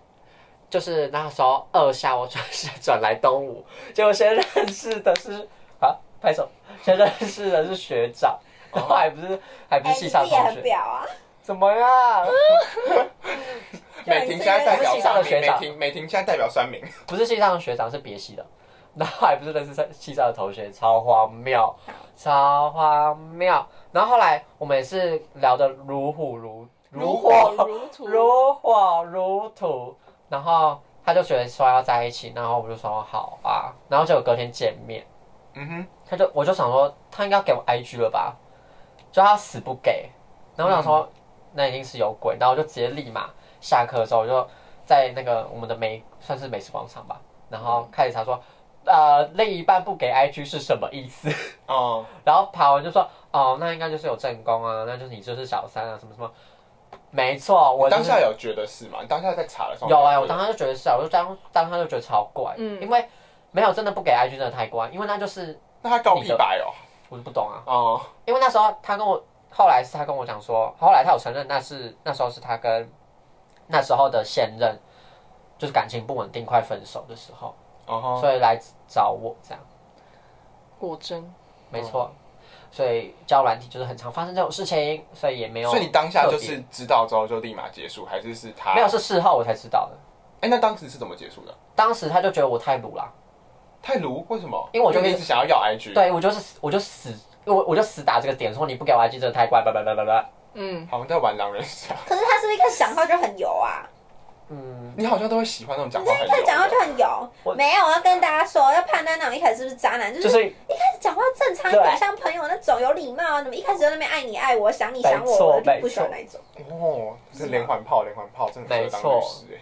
Speaker 1: 就是那时候二下我转转来东吴，结果先认识的是啊，拍手，先认识的是学长，然后还不是还不
Speaker 5: 哎，
Speaker 1: 是
Speaker 5: 你
Speaker 1: 系
Speaker 5: 自
Speaker 1: 上
Speaker 5: 己也
Speaker 1: 同
Speaker 5: 很
Speaker 1: 学，
Speaker 5: 表啊，
Speaker 1: 怎么样？
Speaker 3: 美婷现在代表
Speaker 1: 我
Speaker 3: 酸
Speaker 1: 们系上的学
Speaker 3: 民，美
Speaker 1: 长
Speaker 3: 婷美婷现在代表酸民，
Speaker 1: 不是系上的学长，是别系的。然后还不是认识在系上的同学，超荒谬，超荒谬。然后后来我们也是聊得如虎如如火
Speaker 4: 如土
Speaker 1: 如火如荼。然后他就觉得说要在一起，然后我就说好啊。然后结果隔天见面，
Speaker 3: 嗯哼，
Speaker 1: 他就我就想说他应该要给我 IG 了吧，就他死不给。然后我想说、那一定是有鬼，然后我就直接立马下课的时候，我就在那个我们的美算是美食广场吧，然后开始查说，呃，另一半不给 IG 是什么意思？
Speaker 3: 哦，
Speaker 1: 然后爬完就说，哦，那应该就是有正宫啊，那就是你就是小三啊，什么什么。没错，我、
Speaker 3: 你
Speaker 1: 就
Speaker 3: 当
Speaker 1: 是、
Speaker 3: 下有觉得是吗？你当下在查的时候
Speaker 1: 有哎、
Speaker 3: 啊，
Speaker 1: 我当时就觉得是啊，我就当当他就觉得超怪，
Speaker 4: 嗯
Speaker 1: 因为没有真的不给 IG 真的太怪，因为那就是
Speaker 3: 那他告屁白哦，
Speaker 1: 我就不懂啊，
Speaker 3: 哦，
Speaker 1: 因为那时候他跟我，后来是他跟我讲说，后来他有承认那是那时候是他跟那时候的现任，就是感情不稳定快分手的时候，
Speaker 3: 哦吼，
Speaker 1: 所以来找我这样，
Speaker 4: 果真，
Speaker 3: 哦
Speaker 1: 没错，所以交友软体就是很常发生这种事情，所以也没有，
Speaker 3: 所以你当下就是知道之后就立马结束，还是是他
Speaker 1: 没有？是事后我才知道的，
Speaker 3: 哎，那当时是怎么结束的？
Speaker 1: 当时他就觉得我太鲁啦，
Speaker 3: 泰卢为什么？
Speaker 1: 因为我就
Speaker 3: 一直想要要 IG，，
Speaker 1: 对我就是我就死。因为我我就死打这个点，说你不给我 IG 真的太怪，叭叭叭叭叭。
Speaker 4: 嗯，
Speaker 3: 好像在玩狼人杀，
Speaker 5: 可是他是不是一开始讲话就很油啊？
Speaker 1: 嗯，
Speaker 3: 你好像都会喜欢那种讲
Speaker 5: 你
Speaker 3: 话
Speaker 5: 这
Speaker 3: 很
Speaker 5: 一开始
Speaker 3: 油
Speaker 5: 讲话
Speaker 3: 的
Speaker 5: 就很油
Speaker 1: 我，
Speaker 5: 没有，我要跟大家说，要判断那种一开始是不是渣男，
Speaker 4: 嗯
Speaker 5: 就是
Speaker 1: 就是
Speaker 5: 一开始讲话正常一
Speaker 1: 对
Speaker 5: 点，像朋友那种有礼貌啊，怎么一开始就在那边爱你爱我，想你想
Speaker 1: 没
Speaker 5: 我，
Speaker 1: 错
Speaker 5: 我就不喜欢那一种。
Speaker 3: 哦，这连环炮，连环炮，真的适合当律师哎。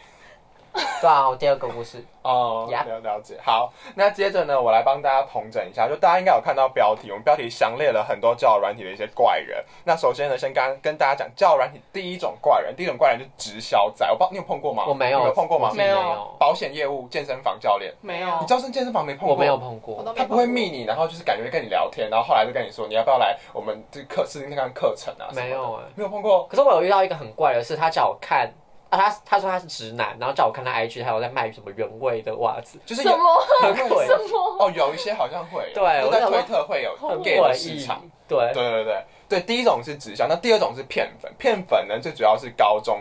Speaker 1: 对啊，我第二个故事，
Speaker 3: 哦，
Speaker 1: Yeah
Speaker 3: 了了解。好，那接着呢，我来帮大家统整一下，就大家应该有看到标题，我们标题详列了很多交友软体的一些怪人。那首先呢，先跟跟大家讲，交友软体第一种怪人，第一种怪人就是直销仔，我不知道你有碰过吗？
Speaker 1: 我没有
Speaker 3: 你有碰过吗
Speaker 1: 我自？己没
Speaker 4: 没
Speaker 1: 有
Speaker 4: 有，
Speaker 3: 保险业务、健身房教练，
Speaker 4: 没
Speaker 5: 没
Speaker 4: 有
Speaker 5: 有
Speaker 3: 你，教身健身房没碰过？
Speaker 1: 我没有。碰过
Speaker 4: 我。都没
Speaker 3: 他不会密你，然后就是感觉会跟你聊天，然后后来就跟你说你要不要来我们这课试听看看课程啊？
Speaker 1: 没，有哎、
Speaker 3: 没有碰过。
Speaker 1: 可是我有遇到一个很怪的是，他叫我看啊，他他说他是直男，然后叫我看他 IG，他有在卖什么原味的袜 子，
Speaker 3: 就是
Speaker 4: 什
Speaker 3: 有
Speaker 4: 么
Speaker 1: 很诡
Speaker 4: 什么？
Speaker 3: 哦，有一些好像会有，
Speaker 1: 对
Speaker 3: 就
Speaker 1: 我
Speaker 3: 在
Speaker 1: 想说
Speaker 3: 推特会有
Speaker 1: 很
Speaker 3: gay 的
Speaker 1: 诡
Speaker 3: 市
Speaker 1: 异
Speaker 3: 场。。
Speaker 1: 对，
Speaker 3: 对对对对，第一种是直销，那第二种是骗粉。骗粉呢，最主要是高中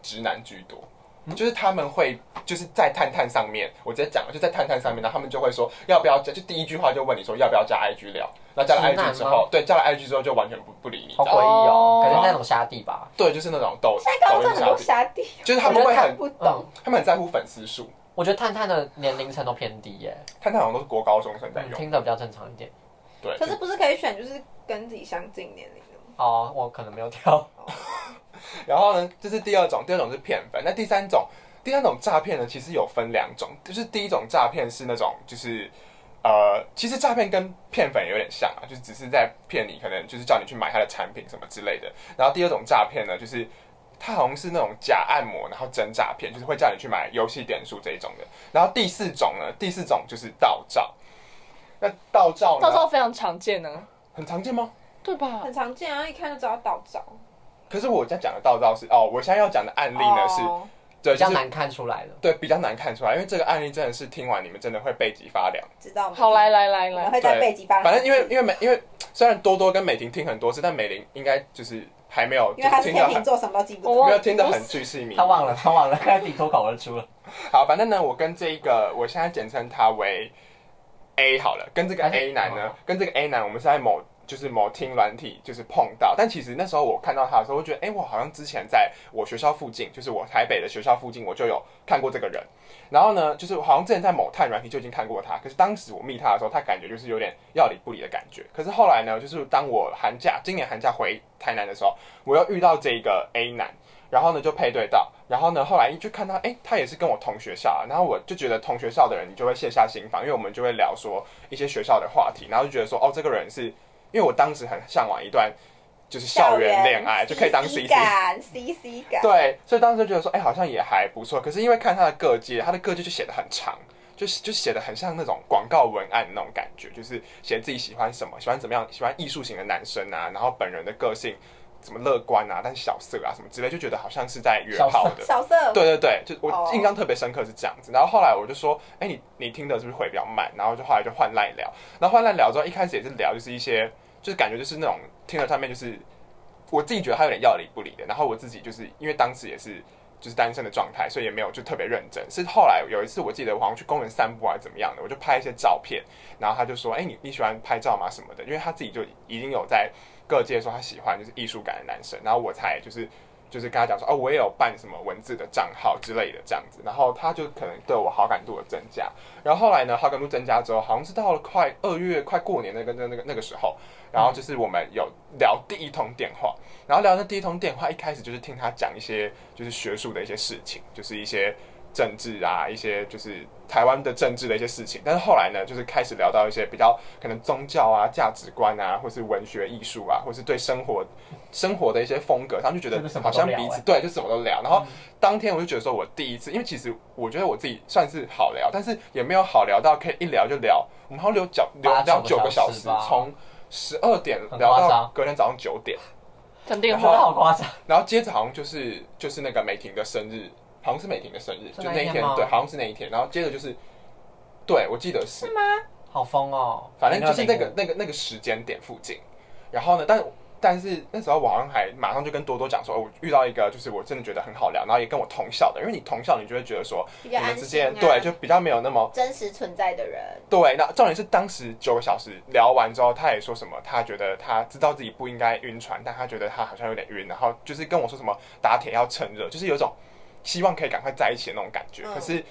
Speaker 3: 直男居多，
Speaker 1: 嗯
Speaker 3: 就是他们会就是在探探上面，我直接讲了，就在探探上面，然后他们就会说要不要加，就第一句话就问你说要不要加 IG 聊，那加了
Speaker 1: 直男
Speaker 3: IG 之后
Speaker 1: 吗，
Speaker 3: 对，加了 IG 之后就完全不不理你，
Speaker 1: 好
Speaker 3: 这样
Speaker 1: 诡异哦
Speaker 4: 哦，
Speaker 1: 感觉那种虾弟吧。
Speaker 3: 对，就是那种抖
Speaker 5: 现在高
Speaker 3: 抖
Speaker 5: 中
Speaker 3: 音
Speaker 5: 很
Speaker 3: 小
Speaker 5: 多
Speaker 3: 姐，
Speaker 5: 虾弟，
Speaker 3: 就是他们
Speaker 1: 我
Speaker 3: 会
Speaker 1: 觉得
Speaker 4: 嗯
Speaker 1: 看
Speaker 3: 很
Speaker 5: 不懂。
Speaker 3: 他们很在乎粉丝数，
Speaker 1: 我觉得探探的年龄层都偏低耶、
Speaker 3: 探探好像都是国高中生在
Speaker 1: 嗯
Speaker 3: 用，
Speaker 1: 听的比较正常一点。
Speaker 3: 对，
Speaker 5: 可是不是可以选就是跟自己相近年龄的吗？
Speaker 1: 哦，我可能没有跳。
Speaker 3: 然后呢，这是第二种，第二种是骗粉。那第三种，第三种诈骗呢，其实有分两种，就是第一种诈骗是那种就是。呃，其实诈骗跟骗粉有点像啊，就只是在骗你，可能就是叫你去买他的产品什么之类的。然后第二种诈骗呢，就是它好像是那种假按摩，然后真诈骗，就是会叫你去买游戏点数这一种的。然后第四种呢，第四种就是盗照。那盗照
Speaker 4: 到时
Speaker 3: 呢？
Speaker 4: 候非常常见呢，
Speaker 3: 很常见吗？
Speaker 4: 对吧？
Speaker 5: 很常见啊，一看就知道倒照。
Speaker 3: 可是我在讲的盗照是哦，我现在要讲的案例呢是，
Speaker 4: 哦
Speaker 3: 对，
Speaker 1: 比
Speaker 3: 就
Speaker 1: 较
Speaker 3: 是
Speaker 1: 难看出来的。
Speaker 3: 对比较难看出来，因为这个案例真的是听完你们真的会背脊发凉。
Speaker 5: 知道吗？
Speaker 4: 好，来来来
Speaker 5: 我们
Speaker 4: 来，
Speaker 5: 会在背脊发。
Speaker 3: 反正因为因为美因为虽然多多跟美婷听很多次，但美玲应该就是还没有
Speaker 5: 因为他
Speaker 3: 就是是
Speaker 5: 天
Speaker 3: 听到
Speaker 5: 秤
Speaker 3: 很
Speaker 5: 座，什么都记不
Speaker 4: 我
Speaker 5: 住。
Speaker 4: 忘
Speaker 3: 没有听得很巨细靡遗。
Speaker 1: 他忘了，他忘了，刚才自己脱口而出了。
Speaker 3: 好，反正呢，我跟这一个，我现在简称他为 A 好了，跟这个
Speaker 1: 还是
Speaker 3: A 男呢
Speaker 1: 哦，
Speaker 3: 跟这个 A 男，我们是在某就是某听软体就是碰到，但其实那时候我看到他的时候，我觉得，哎、我好像之前在我学校附近，就是我台北的学校附近，我就有看过这个人。然后呢，就是好像之前在某探软体就已经看过他，可是当时我密他的时候，他感觉就是有点要理不理的感觉。可是后来呢，就是当我寒假今年寒假回台南的时候，我又遇到这个 A 男，然后呢就配对到，然后呢后来一就看他，哎，他也是跟我同学校、啊，然后我就觉得同学校的人，你就会卸下心防，因为我们就会聊说一些学校的话题，然后就觉得说，哦，这个人是，因为我当时很向往一段就是校园恋爱，就可以当
Speaker 5: CC
Speaker 3: CC
Speaker 5: 感，CC 感。
Speaker 3: 对，所以当时就觉得说，哎、好像也还不错。可是因为看他的各界，他的各界就写的很长，就是就写的很像那种广告文案那种感觉，就是写自己喜欢什么，喜欢怎么样，喜欢艺术型的男生啊，然后本人的个性怎么乐观啊，但是小色啊什么之类，就觉得好像是在约
Speaker 1: 小
Speaker 3: 炮
Speaker 1: 色
Speaker 3: 的。
Speaker 5: 小色，
Speaker 3: 对对对，就
Speaker 5: 哦
Speaker 3: 我印象特别深刻是这样子。然后后来我就说，哎、你你听的是不是回比较慢？然后就后来就换赖聊，然后换赖聊之后，一开始也是聊就是一些，就是感觉就是那种听了上面就是我自己觉得他有点要理不理的。然后我自己就是因为当时也是就是单身的状态，所以也没有就特别认真。是后来有一次我记得我好像去公园散步还是怎么样的，我就拍一些照片，然后他就说，哎、你你喜欢拍照吗什么的？因为他自己就已经有在各界说他喜欢就是艺术感的男生，然后我才就是就是跟他讲说，哦，我也有办什么文字的账号之类的这样子，然后他就可能对我好感度的增加，然后后来呢，好感度增加之后，好像是到了快二月快过年那个那那个那个时候，然后就是我们有聊第一通电话，然后聊那第一通电话，一开始就是听他讲一些就是学术的一些事情，就是一些政治啊，一些就是台湾的政治的一些事情。但是后来呢，就是开始聊到一些比较可能宗教啊、价值观啊，或是文学艺术啊，或是对生活生活的一些风格，他们就觉
Speaker 1: 真的什
Speaker 3: 得
Speaker 1: 么
Speaker 3: 好像
Speaker 1: 都聊
Speaker 3: 彼此
Speaker 1: 欸
Speaker 3: 对，就什么都聊。然后当天我就觉得说，我第一次，因为其实我觉得我自己算是好聊，但是也没有好聊到可以一聊就聊，我们好像聊九聊
Speaker 1: 八
Speaker 3: 聊
Speaker 1: 九
Speaker 3: 九
Speaker 1: 个
Speaker 3: 个
Speaker 1: 小
Speaker 3: 小
Speaker 1: 时
Speaker 3: 时
Speaker 1: 吧，
Speaker 3: 从十二点
Speaker 1: 很
Speaker 3: 聊
Speaker 1: 夸
Speaker 3: 到
Speaker 1: 张
Speaker 3: 隔天早上九点。
Speaker 4: 讲电
Speaker 1: 真的
Speaker 4: 话
Speaker 1: 好夸张，
Speaker 3: 然后接着好像就是就是那个美婷的生日，好像是美婷的生日，
Speaker 1: 是
Speaker 3: 就
Speaker 1: 那
Speaker 3: 那
Speaker 1: 一
Speaker 3: 一
Speaker 1: 天
Speaker 3: 天
Speaker 1: 吗，
Speaker 3: 对，好像是那一天。然后接着就是，对我记得是，
Speaker 1: 好疯哦！
Speaker 3: 反正就是那个
Speaker 1: 没
Speaker 3: 那个那个时间点附近。然后呢，但但是那时候我好像还马上就跟多多讲说，哦我遇到一个就是我真的觉得很好聊，然后也跟我同校的，因为你同校你就会觉得说
Speaker 5: 比
Speaker 3: 你
Speaker 5: 较
Speaker 3: 们
Speaker 5: 安
Speaker 3: 之
Speaker 5: 心
Speaker 3: 间
Speaker 5: 啊。
Speaker 3: 对就比较没有那么
Speaker 5: 真实存在的人，
Speaker 3: 对，那重点是当时九个小时聊完之后，他也说什么，他觉得他知道自己不应该晕船，但他觉得他好像有点晕，然后就是跟我说什么打铁要趁热，就是有一种希望可以赶快在一起的那种感觉。
Speaker 5: 嗯
Speaker 3: 可是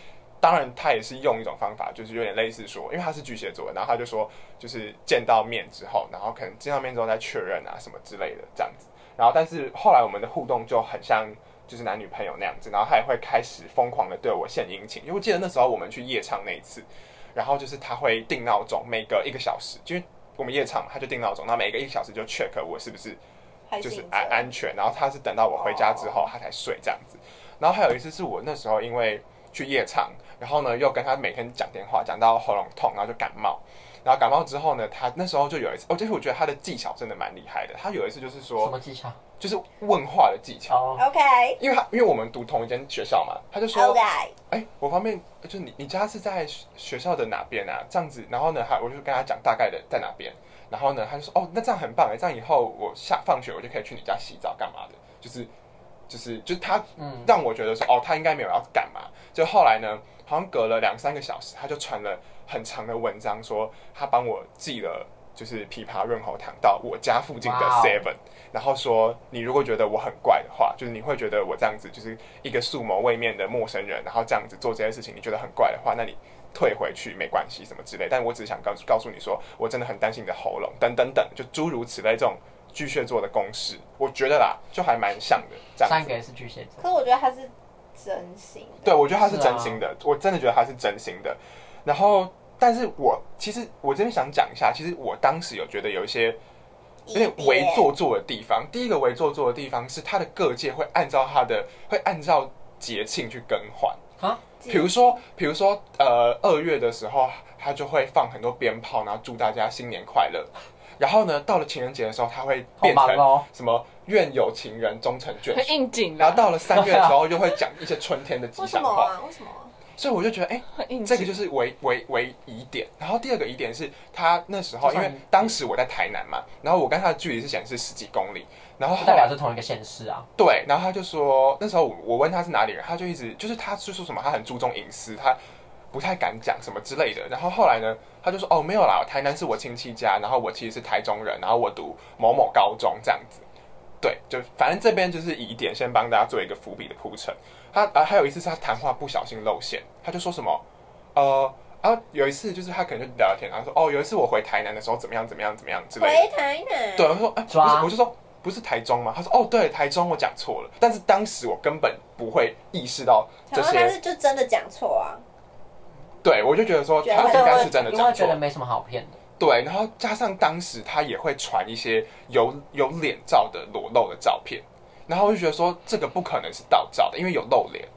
Speaker 3: 当然他也是用一种方法，就是有点类似说，因为他是巨蟹座的，然后他就说就是见到面之后，然后可能见到面之后再确认啊什么之类的这样子。然后但是后来我们的互动就很像。就是男女朋友那样子，然后他也会开始疯狂的对我献殷勤，因为我记得那时候我们去夜唱那一次，然后就是他会定闹钟，每隔一个小时，因为我们夜场嘛，他就定闹钟，那每隔一个小时就 check 我是不是
Speaker 5: 还
Speaker 3: 就是
Speaker 5: 醒着
Speaker 3: 安安全，然后他是等到我回家之后他才睡这样子。然后还有一次是我那时候因为去夜场，然后呢又跟他每天讲电话，讲到喉咙痛，然后就感冒。然后感冒之后呢，他那时候就有一次，哦，就是我觉得他的技巧真的蛮厉害的。他有一次就是
Speaker 1: 什
Speaker 3: 说，
Speaker 1: 么技 巧？
Speaker 3: 就是问话的技巧，
Speaker 1: 哦，
Speaker 5: OK
Speaker 3: 因为他因为我们读同一间学校嘛，他就说
Speaker 5: OK，
Speaker 3: 哎、我方便，就是你你家是在学学校的哪边啊？这样子，然后呢，还我就跟他讲大概的在哪边，然后呢，他就说，哦，那这样很棒哎，这样以后我下放学我就可以去你家洗澡干嘛的，就是就是就是他
Speaker 1: 嗯，
Speaker 3: 让我觉得说，哦，他应该没有要干嘛。就后来呢，好像隔了两三个小时，他就传了很长的文章，说他帮我寄了就是枇杷润喉糖到我家附近的
Speaker 1: 哇哦
Speaker 3: Seven，、然后说你如果觉得我很怪的话，就是你会觉得我这样子就是一个素谋未面的陌生人，然后这样子做这些事情，你觉得很怪的话，那你。退回去没关系，什么之类，但我只是想告诉告诉你说，我真的很担心你的喉咙，等等等，就诸如此类这种巨蟹座的公式，我觉得啦，就还蛮像的。这样子
Speaker 1: 三个也是巨蟹座
Speaker 5: 可，是我觉得他是真心的，
Speaker 3: 对，我觉得他是
Speaker 1: 是啊
Speaker 3: 真心的，我真的觉得他是真心的。然后，但是我其实我这边想讲一下，其实我当时有觉得有一些
Speaker 5: 一
Speaker 3: 有点
Speaker 5: 点
Speaker 3: 为做作的地方。第一个为做作的地方是它的各界会按照它的会按照节庆去更换。
Speaker 1: 啊，
Speaker 3: 比如说，比如说，呃，二月的时候，他就会放很多鞭炮，然后祝大家新年快乐。然后呢，到了情人节的时候，他会
Speaker 1: 好
Speaker 3: 变
Speaker 1: 忙
Speaker 3: 成
Speaker 1: 哦，
Speaker 3: 什么“愿有情人终成眷
Speaker 4: 很
Speaker 3: 属
Speaker 4: 应景”。
Speaker 3: 然后
Speaker 4: 的，
Speaker 3: 到了三月的时候，又会讲一些春天的吉
Speaker 5: 为什
Speaker 3: 祥
Speaker 5: 么
Speaker 3: 话。
Speaker 5: 啊？为什么啊？
Speaker 3: 所以我就觉得，哎，
Speaker 4: 很应景。
Speaker 3: 这个就是为为为疑点。然后第二个疑点是他那时候，
Speaker 1: 这
Speaker 3: 因
Speaker 1: 算
Speaker 3: 为当时我在台南嘛，然后我跟他的距离是显示十几公里。然后
Speaker 1: 不
Speaker 3: 后
Speaker 1: 代
Speaker 3: 来
Speaker 1: 表是同一个县市啊。
Speaker 3: 对，然后他就说，那时候我我问他是哪里人，他就一直就是他是说什么他很注重隐私，他不太敢讲什么之类的。然后后来呢，他就说哦没有啦，台南是我亲戚家，然后我其实是台中人，然后我读某某高中这样子。对，就反正这边就是疑点，先帮大家做一个伏笔的铺陈。他啊，还有一次是他谈话不小心露馅，他就说什么呃。然后有一次就是他可能就聊聊天，然后说哦，有一次我回台南的时候怎么样怎么样怎么样之类的。
Speaker 5: 回台南，
Speaker 3: 对，我就说，哎、不
Speaker 1: 抓
Speaker 3: 是，我就说不是台中吗？他说，哦，对，台中，我讲错了。但是当时我根本不会意识到这
Speaker 5: 然后他
Speaker 3: 些，
Speaker 5: 是就真的讲错啊，
Speaker 3: 对我就觉得说
Speaker 5: 觉得
Speaker 3: 他
Speaker 5: 会
Speaker 3: 应该是真的
Speaker 1: 因为
Speaker 3: 讲
Speaker 1: 觉
Speaker 3: 错
Speaker 1: 得，没什么好骗的。
Speaker 3: 对。然后加上当时他也会传一些有有脸照的裸露的照片，然后我就觉得说这个不可能是盗照的，因为有露脸。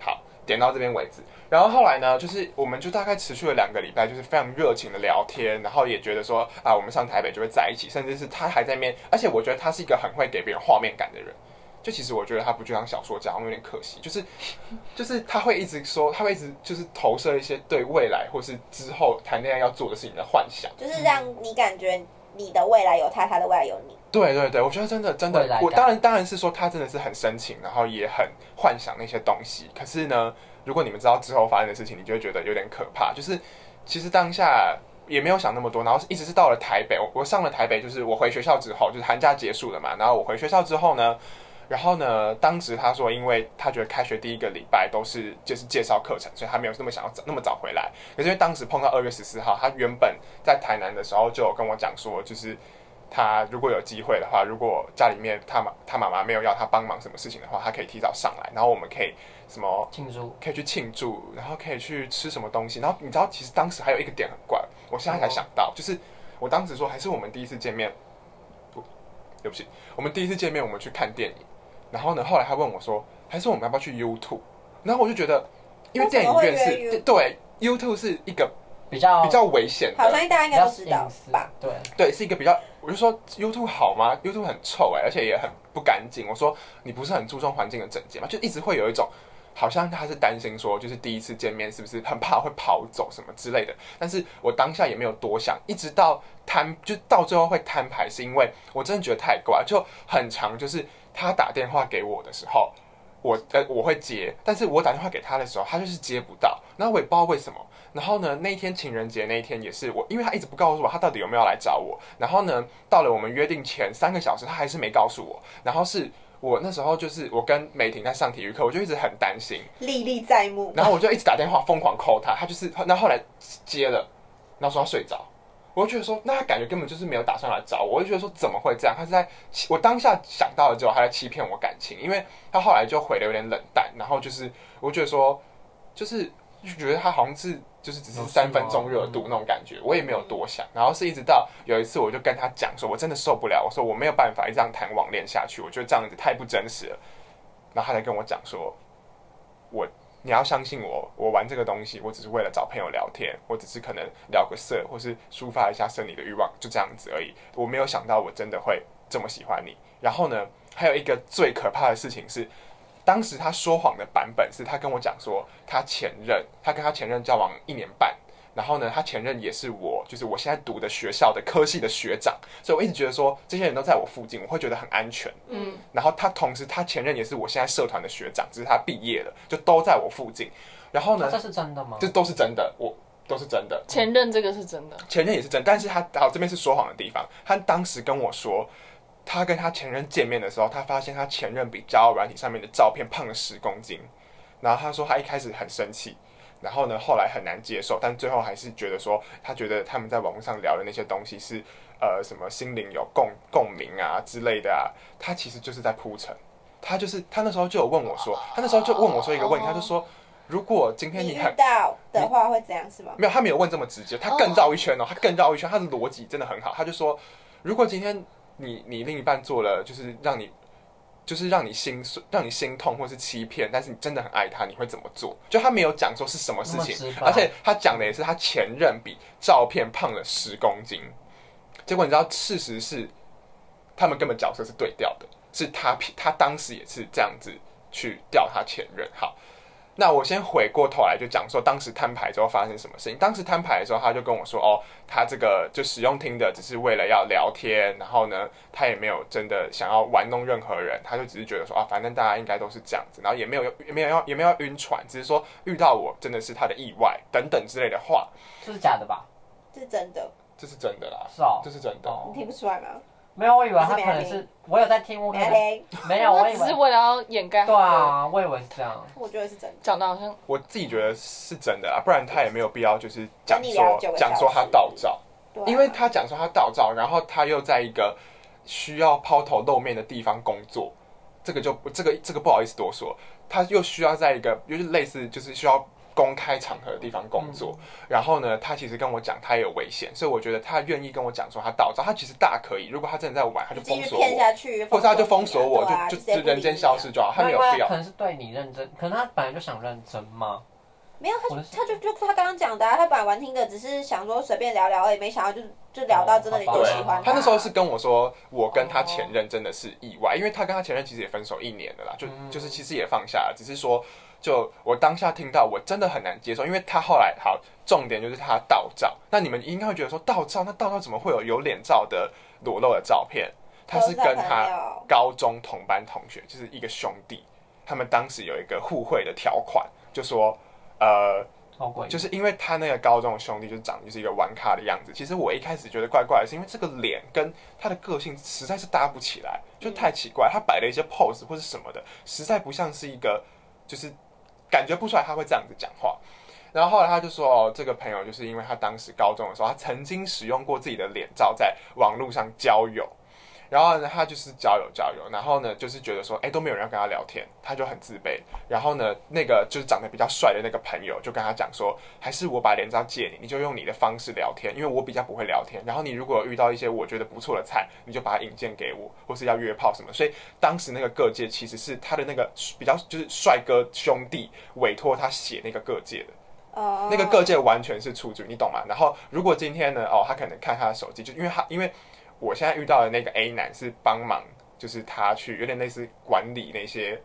Speaker 3: 好，点到这边为止。然后后来呢，就是我们就大概持续了两个礼拜，就是非常热情的聊天，然后也觉得说啊，我们上台北就会在一起，甚至是他还在面，而且我觉得他是一个很会给别人画面感的人。就其实我觉得他不就像小说家，我有点可惜，就是就是他会一直说，他会一直就是投射一些对未来或是之后谈恋爱要做的事情的幻想。
Speaker 5: 就是让
Speaker 3: 嗯
Speaker 5: 你感觉你的未来有他，他的未来有你。
Speaker 3: 对对对，我觉得真的真
Speaker 1: 未来
Speaker 3: 的，
Speaker 1: 感
Speaker 3: 我当然当然是说他真的是很深情，然后也很幻想那些东西。可是呢，如果你们知道之后发生的事情，你就会觉得有点可怕。就是其实当下也没有想那么多，然后一直是到了台北，我我上了台北，就是我回学校之后，就是寒假结束了嘛，然后我回学校之后呢。然后呢？当时他说，因为他觉得开学第一个礼拜都是就是介绍课程，所以他没有那么想要早那么早回来。可是因为当时碰到二月十四号，他原本在台南的时候就有跟我讲说，就是他如果有机会的话，如果家里面他妈他妈妈没有要他帮忙什么事情的话，他可以提早上来，然后我们可以什么
Speaker 1: 庆祝
Speaker 3: 可以去庆祝，然后可以去吃什么东西。然后你知道，其实当时还有一个点很怪，我现在才想到，就是我当时说还是我们第一次见面，不，对不起，我们第一次见面我们去看电影，然后呢，后来他问我说，还是我们要不要去 YouTube？然后我就觉得，因为
Speaker 5: 为什
Speaker 3: 电
Speaker 5: 么
Speaker 3: 影
Speaker 5: 会
Speaker 3: 院
Speaker 5: 约
Speaker 3: 是
Speaker 5: YouTube？
Speaker 3: 对 YouTube 是一个
Speaker 1: 比较
Speaker 3: 比较危险
Speaker 5: 好
Speaker 3: 的，
Speaker 5: 像大家应
Speaker 1: 比
Speaker 5: 该
Speaker 1: 较
Speaker 5: 都知道
Speaker 1: 隐私
Speaker 5: 吧？？
Speaker 1: 对，
Speaker 3: 对，是一个比较，我就说 YouTube 好吗？YouTube 很臭哎、而且也很不干净。我说你不是很注重环境的整洁吗？就一直会有一种好像他是担心说，就是第一次见面是不是很怕会跑走什么之类的。但是我当下也没有多想，一直到摊就到最后会摊牌，是因为我真的觉得太怪，就很长，就是他打电话给我的时候。我呃我会接，但是我打电话给他的时候，他就是接不到，然后我也不知道为什么。然后呢，那一天情人节那一天也是我，因为他一直不告诉我他到底有没有来找我。然后呢，到了我们约定前三个小时，他还是没告诉我。然后是我那时候就是我跟美婷在上体育课，我就一直很担心，
Speaker 5: 历历在目。
Speaker 3: 然后我就一直打电话疯狂 call 他，他就是，那后来接了，然后说他睡着，我就觉得说，那他感觉根本就是没有打算来找我，我就觉得说怎么会这样？他是在欺，我当下想到了之后，他在欺骗我感情，因为他后来就回的有点冷淡，然后就是我觉得说，就是就觉得他好像是就是只是
Speaker 1: 有事
Speaker 3: 三分
Speaker 1: 吗
Speaker 3: 钟热度那种感觉，我也没有多想，然后是一直到有一次我就跟他讲说，我真的受不了，我说我没有办法一直这样谈网恋下去，我觉得这样子太不真实了，然后他才跟我讲说。你要相信我，我玩这个东西，我只是为了找朋友聊天，我只是可能聊个色，或是抒发一下生理的欲望，就这样子而已。我没有想到我真的会这么喜欢你。然后呢，还有一个最可怕的事情是，当时他说谎的版本是他跟我讲说，他前任，他跟他前任交往一年半。然后呢，他前任也是我，就是我现在读的学校的科系的学长，所以我一直觉得说这些人都在我附近，我会觉得很安全。
Speaker 4: 嗯，
Speaker 3: 然后他同时他前任也是我现在社团的学长，只是他毕业了，就都在我附近。然后
Speaker 1: 那哦
Speaker 3: 呢
Speaker 1: 这，是真的吗？
Speaker 3: 这都是真的，我都是真的。
Speaker 4: 前任这个是真的，
Speaker 3: 前任也是真，但是他好这边是说谎的地方。他当时跟我说，他跟他前任见面的时候，他发现他前任比交友软体上面的照片胖了十公斤。然后他说他一开始很生气，然后呢后来很难接受，但最后还是觉得说，他觉得他们在网络上聊的那些东西是呃什么心灵有共共鸣啊之类的啊，他其实就是在铺陈。他就是他那时候就有问我说，他那时候就问我说一个问题，他就说如果今天
Speaker 5: 你
Speaker 3: 你
Speaker 5: 遇
Speaker 3: 很
Speaker 5: 到的话会怎样是吗？
Speaker 3: 没有，他没有问这么直接，他更绕一圈哦，他更绕一圈，他的逻辑真的很好。他就说，如果今天你你另一半做了，就是让你就是让你心碎、让你心痛或是欺骗，但是你真的很爱他，你会怎么做？就他没有讲说是什么事
Speaker 1: 那么
Speaker 3: 情
Speaker 1: 直，白
Speaker 3: 而且他讲的也是他前任比照片胖了十公斤，结果你知道事实是他们根本角色是对调的，是他他当时也是这样子去调他前任。好，那我先回过头来就讲说，当时摊牌之后发生什么事情。当时摊牌的时候，他就跟我说，哦，他这个就使用听的只是为了要聊天，然后呢，他也没有真的想要玩弄任何人，他就只是觉得说啊，反正大家应该都是这样子，然后也没有也没有要也没有要晕船，只是说遇到我真的是他的意外等等之类的话，
Speaker 1: 这是假的吧？
Speaker 3: 嗯
Speaker 5: 这是真的，
Speaker 3: 这是真的啦，
Speaker 1: 是哦
Speaker 3: 这，是真的。
Speaker 1: 哦
Speaker 5: 你听不出来吗？
Speaker 1: 没有，我以为他
Speaker 5: 还是
Speaker 1: 可能
Speaker 5: 没
Speaker 1: 是我有在听，我可
Speaker 5: 没
Speaker 1: 能
Speaker 5: 嘞，
Speaker 1: 没有，我以
Speaker 4: 只是
Speaker 1: 为
Speaker 4: 为了要掩盖。
Speaker 1: 对，啊，我以为是这样。
Speaker 5: 我觉得是真的。
Speaker 4: 讲的好像
Speaker 3: 我自己觉得是真的啊，不然他也没有必要就是讲
Speaker 5: 跟你聊
Speaker 3: 说
Speaker 5: 九个小时
Speaker 3: 讲说他盗照，
Speaker 5: 对啊
Speaker 3: 因为他讲说他盗照，然后他又在一个需要抛头露面的地方工作，这个就这个这个不好意思多说，他又需要在一个就是类似就是需要公开场合的地方工
Speaker 5: 嗯
Speaker 3: 作，然后呢，他其实跟我讲他有危险，所以我觉得他愿意跟我讲说他盗照，他其实大可以，如果他真的在玩，他就
Speaker 5: 继
Speaker 3: 封
Speaker 5: 续
Speaker 3: 锁
Speaker 5: 骗
Speaker 3: 我，
Speaker 5: 下去，
Speaker 3: 或者他就封锁我，
Speaker 5: 对啊
Speaker 3: 就
Speaker 5: 直接
Speaker 3: 就
Speaker 5: 不理你啊
Speaker 3: 就人间消失就好，他没有
Speaker 1: 那因为
Speaker 3: 必要
Speaker 1: 可。能是对你认真，可能他本来就想认真嘛。
Speaker 5: 没有，他
Speaker 1: 我
Speaker 5: 就是他就就他刚刚讲的、啊，他本来玩听的，只是想说随便聊聊而已，没想到就就聊到真的你
Speaker 1: 哦
Speaker 5: 多
Speaker 3: 对
Speaker 5: 喜欢
Speaker 3: 他那时候是跟我说，我跟他前任真的是意外，因为他跟他前任其实也分手一年了啦，就
Speaker 1: 嗯
Speaker 3: 就是其实也放下了，只是说就我当下听到我真的很难接受，因为他后来好重点就是他盗照，那你们应该会觉得说盗照，那盗照怎么会有有脸照的裸露的照片？他是跟
Speaker 5: 都是朋
Speaker 3: 他
Speaker 5: 友
Speaker 3: 高中同班同学，就是一个兄弟，他们当时有一个互惠的条款，就说呃。
Speaker 1: 好诡异，
Speaker 3: 就是因为他那个高中的兄弟就长得就是一个玩咖的样子。其实我一开始觉得怪怪的，是因为这个脸跟他的个性实在是搭不起来，就太奇怪。他摆了一些 pose 或是什么的，实在不像是一个，就是感觉不出来他会这样子讲话。然后后来他就说，哦，这个朋友就是因为他当时高中的时候，他曾经使用过自己的脸照在网络上交友，然后呢，他就是交友交友，然后呢，就是觉得说，哎，都没有人要跟他聊天，他就很自卑。然后呢，那个就是长得比较帅的那个朋友就跟他讲说，还是我把脸照借你，你就用你的方式聊天，因为我比较不会聊天。然后你如果有遇到一些我觉得不错的菜，你就把它引荐给我，或是要约炮什么。所以当时那个各界其实是他的那个比较就是帅哥兄弟委托他写那个各界的。
Speaker 5: 哦
Speaker 3: 那个各界完全是出租，你懂吗？然后如果今天呢，哦，他可能看他的手机，就因为他因为我现在遇到的那个 A 男是帮忙，就是他去有点类似管理那些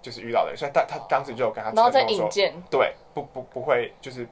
Speaker 3: 就是遇到的人，所以他他当时就有跟他
Speaker 4: 然后再
Speaker 3: 承诺
Speaker 4: 引
Speaker 3: 说，
Speaker 4: 荐，
Speaker 3: 对，不不不会就是。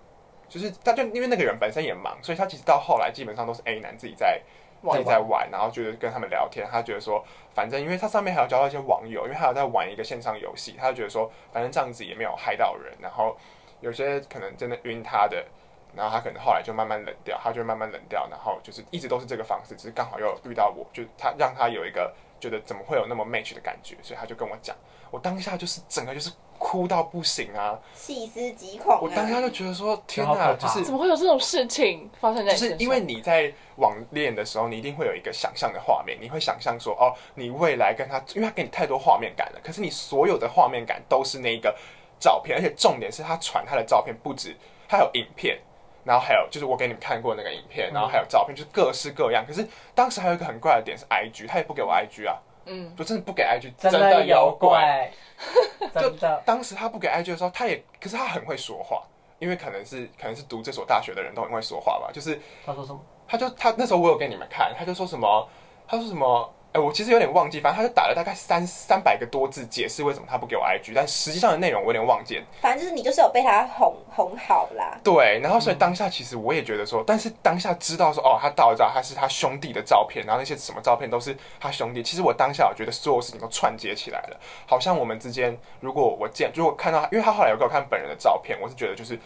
Speaker 3: 就是，他就因为那个人本身也忙，所以他其实到后来基本上都是 A 男自己在自己在玩，然后就是跟他们聊天。他觉得说，反正因为他上面还有交到一些网友，因为他有在玩一个线上游戏，他就觉得说，反正这样子也没有害到人，然后有些可能真的晕他的，然后他可能后来就慢慢冷掉，他就慢慢冷掉，然后就是一直都是这个方式，只是刚好又遇到我，就他让他有一个觉得怎么会有那么 match 的感觉，所以他就跟我讲，我当下就是整个就是哭到不行啊，
Speaker 5: 细思极恐、啊。
Speaker 3: 我当下就觉得说天
Speaker 1: 好
Speaker 3: 哪，
Speaker 1: 可
Speaker 3: 就
Speaker 1: 怕
Speaker 3: 是
Speaker 4: 怎么会有这种事情发生在
Speaker 3: 就
Speaker 4: 你身
Speaker 3: 是
Speaker 4: 上？
Speaker 3: 因为你在网恋的时候，你一定会有一个想象的画面，你会想象说，哦，你未来跟他，因为他给你太多画面感了，可是你所有的画面感都是那个照片，而且重点是他传他的照片不止，他还有影片，然后还有就是我给你们看过那个影片，
Speaker 1: 嗯
Speaker 3: 然后还有照片，就是各式各样。可是当时还有一个很怪的点是 IG，他也不给我 IG 啊，
Speaker 4: 嗯，
Speaker 3: 就真的不给 IG，
Speaker 1: 真的
Speaker 3: 的
Speaker 1: 有
Speaker 3: 鬼
Speaker 1: 鬼， 真的。
Speaker 3: 当时他不给 IG 的时候，他也，可是他很会说话，因为可能是可能是读这所大学的人都很会说话吧，就是。
Speaker 1: 他说什么？
Speaker 3: 他就他那时候我有给你们看，他就说什么，他说什么，哎、我其实有点忘记，反正他就打了大概三三百个多字解释为什么他不给我 IG，但实际上的内容我有点忘记了。
Speaker 5: 反正就是你就是有被他哄哄好啦。
Speaker 3: 对，然后所以当下其实我也觉得说，但是当下知道说，哦，他盗照，他是他兄弟的照片，然后那些什么照片都是他兄弟。其实我当下我觉得所有事情都串接起来了，好像我们之间，如果我见，如果看到他，因为他后来有给我看本人的照片，我是觉得就是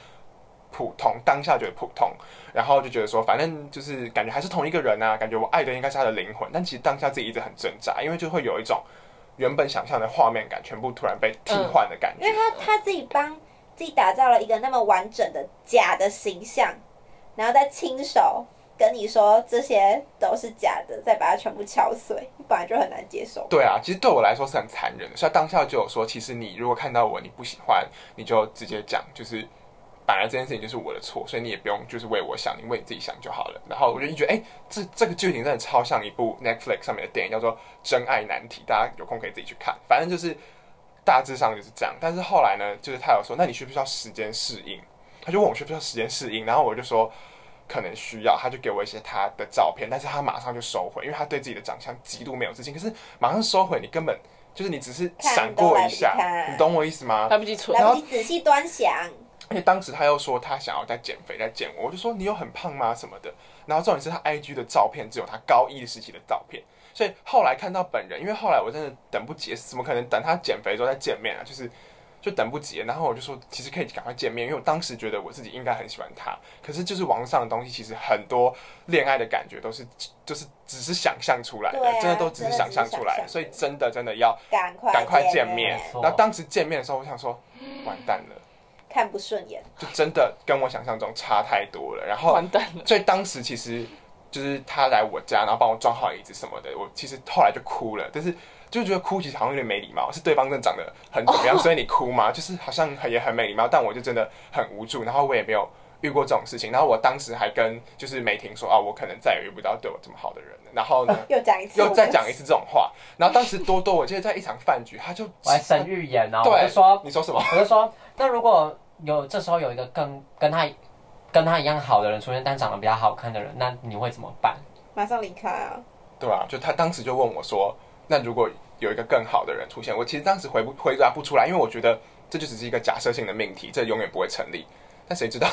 Speaker 3: 普通，当下觉得普通，然后就觉得说，反正就是感觉还是同一个人啊，感觉我爱的应该是他的灵魂，但其实当下自己一直很挣扎，因为就会有一种原本想象的画面感，全部突然被替换的感
Speaker 5: 因
Speaker 3: 觉。
Speaker 5: 为他他自己帮自己打造了一个那么完整的假的形象，然后再亲手跟你说这些都是假的，再把它全部敲碎，本来就很难接受。
Speaker 3: 对啊，其实对我来说是很残忍的，所以他当下就有说，其实你如果看到我你不喜欢，你就直接讲，就是本来这件事情就是我的错，所以你也不用就是为我想，你为你自己想就好了。然后我就一觉得，哎、这这个剧情真的超像一部 Netflix 上面的电影，叫做《真爱难题》，大家有空可以自己去看。反正就是大致上就是这样。但是后来呢，就是他有说，那你需不需要时间适应？他就问我需不需要时间适应，然后我就说可能需要，他就给我一些他的照片，但是他马上就收回，因为他对自己的长相极度没有自信。可是马上收回，你根本就是你只是
Speaker 5: 看
Speaker 3: 闪
Speaker 5: 都
Speaker 3: 过
Speaker 5: 来
Speaker 3: 一
Speaker 5: 不及
Speaker 3: 下，
Speaker 5: 看
Speaker 3: 你懂我意思吗？
Speaker 4: 来不及存
Speaker 5: 来
Speaker 3: 然，后
Speaker 5: 不及仔细端详，
Speaker 3: 而且当时他又说他想要再减肥再减我，我就说你有很胖吗什么的。然后重点是他 IG 的照片只有他高一时期的照片，所以后来看到本人，因为后来我真的等不及，怎么可能等他减肥之后再见面啊？就是就等不及了。然后我就说其实可以赶快见面，因为我当时觉得我自己应该很喜欢他，可是就是网络上的东西，其实很多恋爱的感觉都是就是只是想象出来的，
Speaker 5: 对啊
Speaker 3: 真的都只是
Speaker 5: 真的
Speaker 3: 想
Speaker 5: 只是
Speaker 3: 象出来
Speaker 5: 想象
Speaker 3: 的，所以真的真的要
Speaker 5: 赶快
Speaker 3: 赶快见
Speaker 5: 面
Speaker 3: 面
Speaker 1: 没。错
Speaker 3: 然后当时见面的时候，我想说完蛋了。
Speaker 5: 看不顺眼，
Speaker 3: 就真的跟我想象中差太多了。然后，
Speaker 4: 完蛋了，
Speaker 3: 所以当时其实就是他来我家，然后帮我装好椅子什么的，我其实后来就哭了，但是就觉得哭其实好像有点没礼貌，是对方真的长得很怎 么样，所以你哭吗？就是好像很也很没礼貌，但我就真的很无助，然后我也没有。遇过这种事情，然后我当时还跟就是梅婷说啊，我可能再也遇不到对我这么好的人了。然后呢，
Speaker 5: 又讲一次，
Speaker 3: 又再讲一次这种话。然后当时多多，我记得在一场饭局，他就
Speaker 1: 我还神预言哦，我
Speaker 3: 对
Speaker 1: 就说，
Speaker 3: 你说什么？
Speaker 1: 我就说，那如果有这时候有一个更跟他跟他一样好的人出现，但长得比较好看的人，那你会怎么办？
Speaker 5: 马上离开啊！
Speaker 3: 对啊，就他当时就问我说：“那如果有一个更好的人出现，我其实当时回不回答不出来，因为我觉得这就只是一个假设性的命题，这永远不会成立。但谁知道？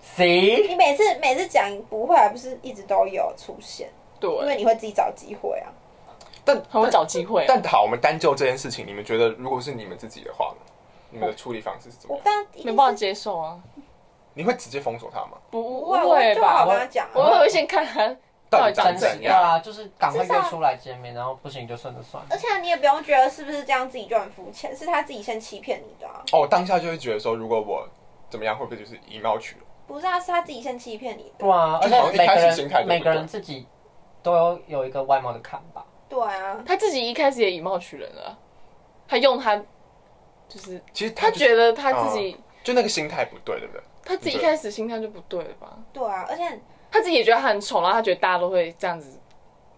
Speaker 1: 谁？
Speaker 5: 你每次每次讲不会，还啊不是一直都有出现，因为
Speaker 4: 对，
Speaker 5: 你会自己找机会啊。
Speaker 3: 但
Speaker 4: 很会找机会啊，
Speaker 3: 但好，我们单就这件事情，你们觉得如果是你们自己的话呢？你们的处理方式是怎
Speaker 5: 我
Speaker 3: 么样？
Speaker 5: 刚
Speaker 4: 没办法接受啊，
Speaker 3: 你会直接封锁他吗？
Speaker 4: 不
Speaker 5: 不
Speaker 4: 不
Speaker 5: 会，我
Speaker 4: 会
Speaker 5: 就好
Speaker 4: 吧？
Speaker 5: 跟
Speaker 4: 我
Speaker 5: 他讲
Speaker 4: 我
Speaker 5: 啊。
Speaker 4: 会先看他
Speaker 3: 到底
Speaker 4: 底长
Speaker 3: 长
Speaker 1: 真
Speaker 4: 怎
Speaker 3: 怎
Speaker 1: 的
Speaker 3: 样？
Speaker 1: 啊，就是赶快
Speaker 5: 至少
Speaker 1: 约出来见面，然后不行就顺着算了。
Speaker 5: 而且你也不用觉得是不是这样自己就很肤浅，是他自己先欺骗你的啊，
Speaker 3: 哦，我当下就会觉得说，如果我怎么样，会不会就是以貌取人？
Speaker 5: 不是啊，是他自己先欺骗你的。
Speaker 1: 对啊，而
Speaker 3: 就好像
Speaker 1: 且
Speaker 3: 一
Speaker 1: 每
Speaker 3: 开
Speaker 1: 个
Speaker 3: 始心态
Speaker 1: 人
Speaker 3: 就不
Speaker 1: 每个
Speaker 3: 对
Speaker 1: 人自己都有有一个外貌的看法。
Speaker 5: 对啊，
Speaker 4: 他自己一开始也以貌取人了啊，他用他就是
Speaker 3: 其实他
Speaker 4: 他
Speaker 3: 就是哦
Speaker 4: 觉得他自己
Speaker 3: 就那个心态不对，对不对？
Speaker 4: 他自己一开始心态就不对了吧？
Speaker 5: 对啊，而且
Speaker 4: 他自己也觉得他很丑，然后他觉得大家都会这样子，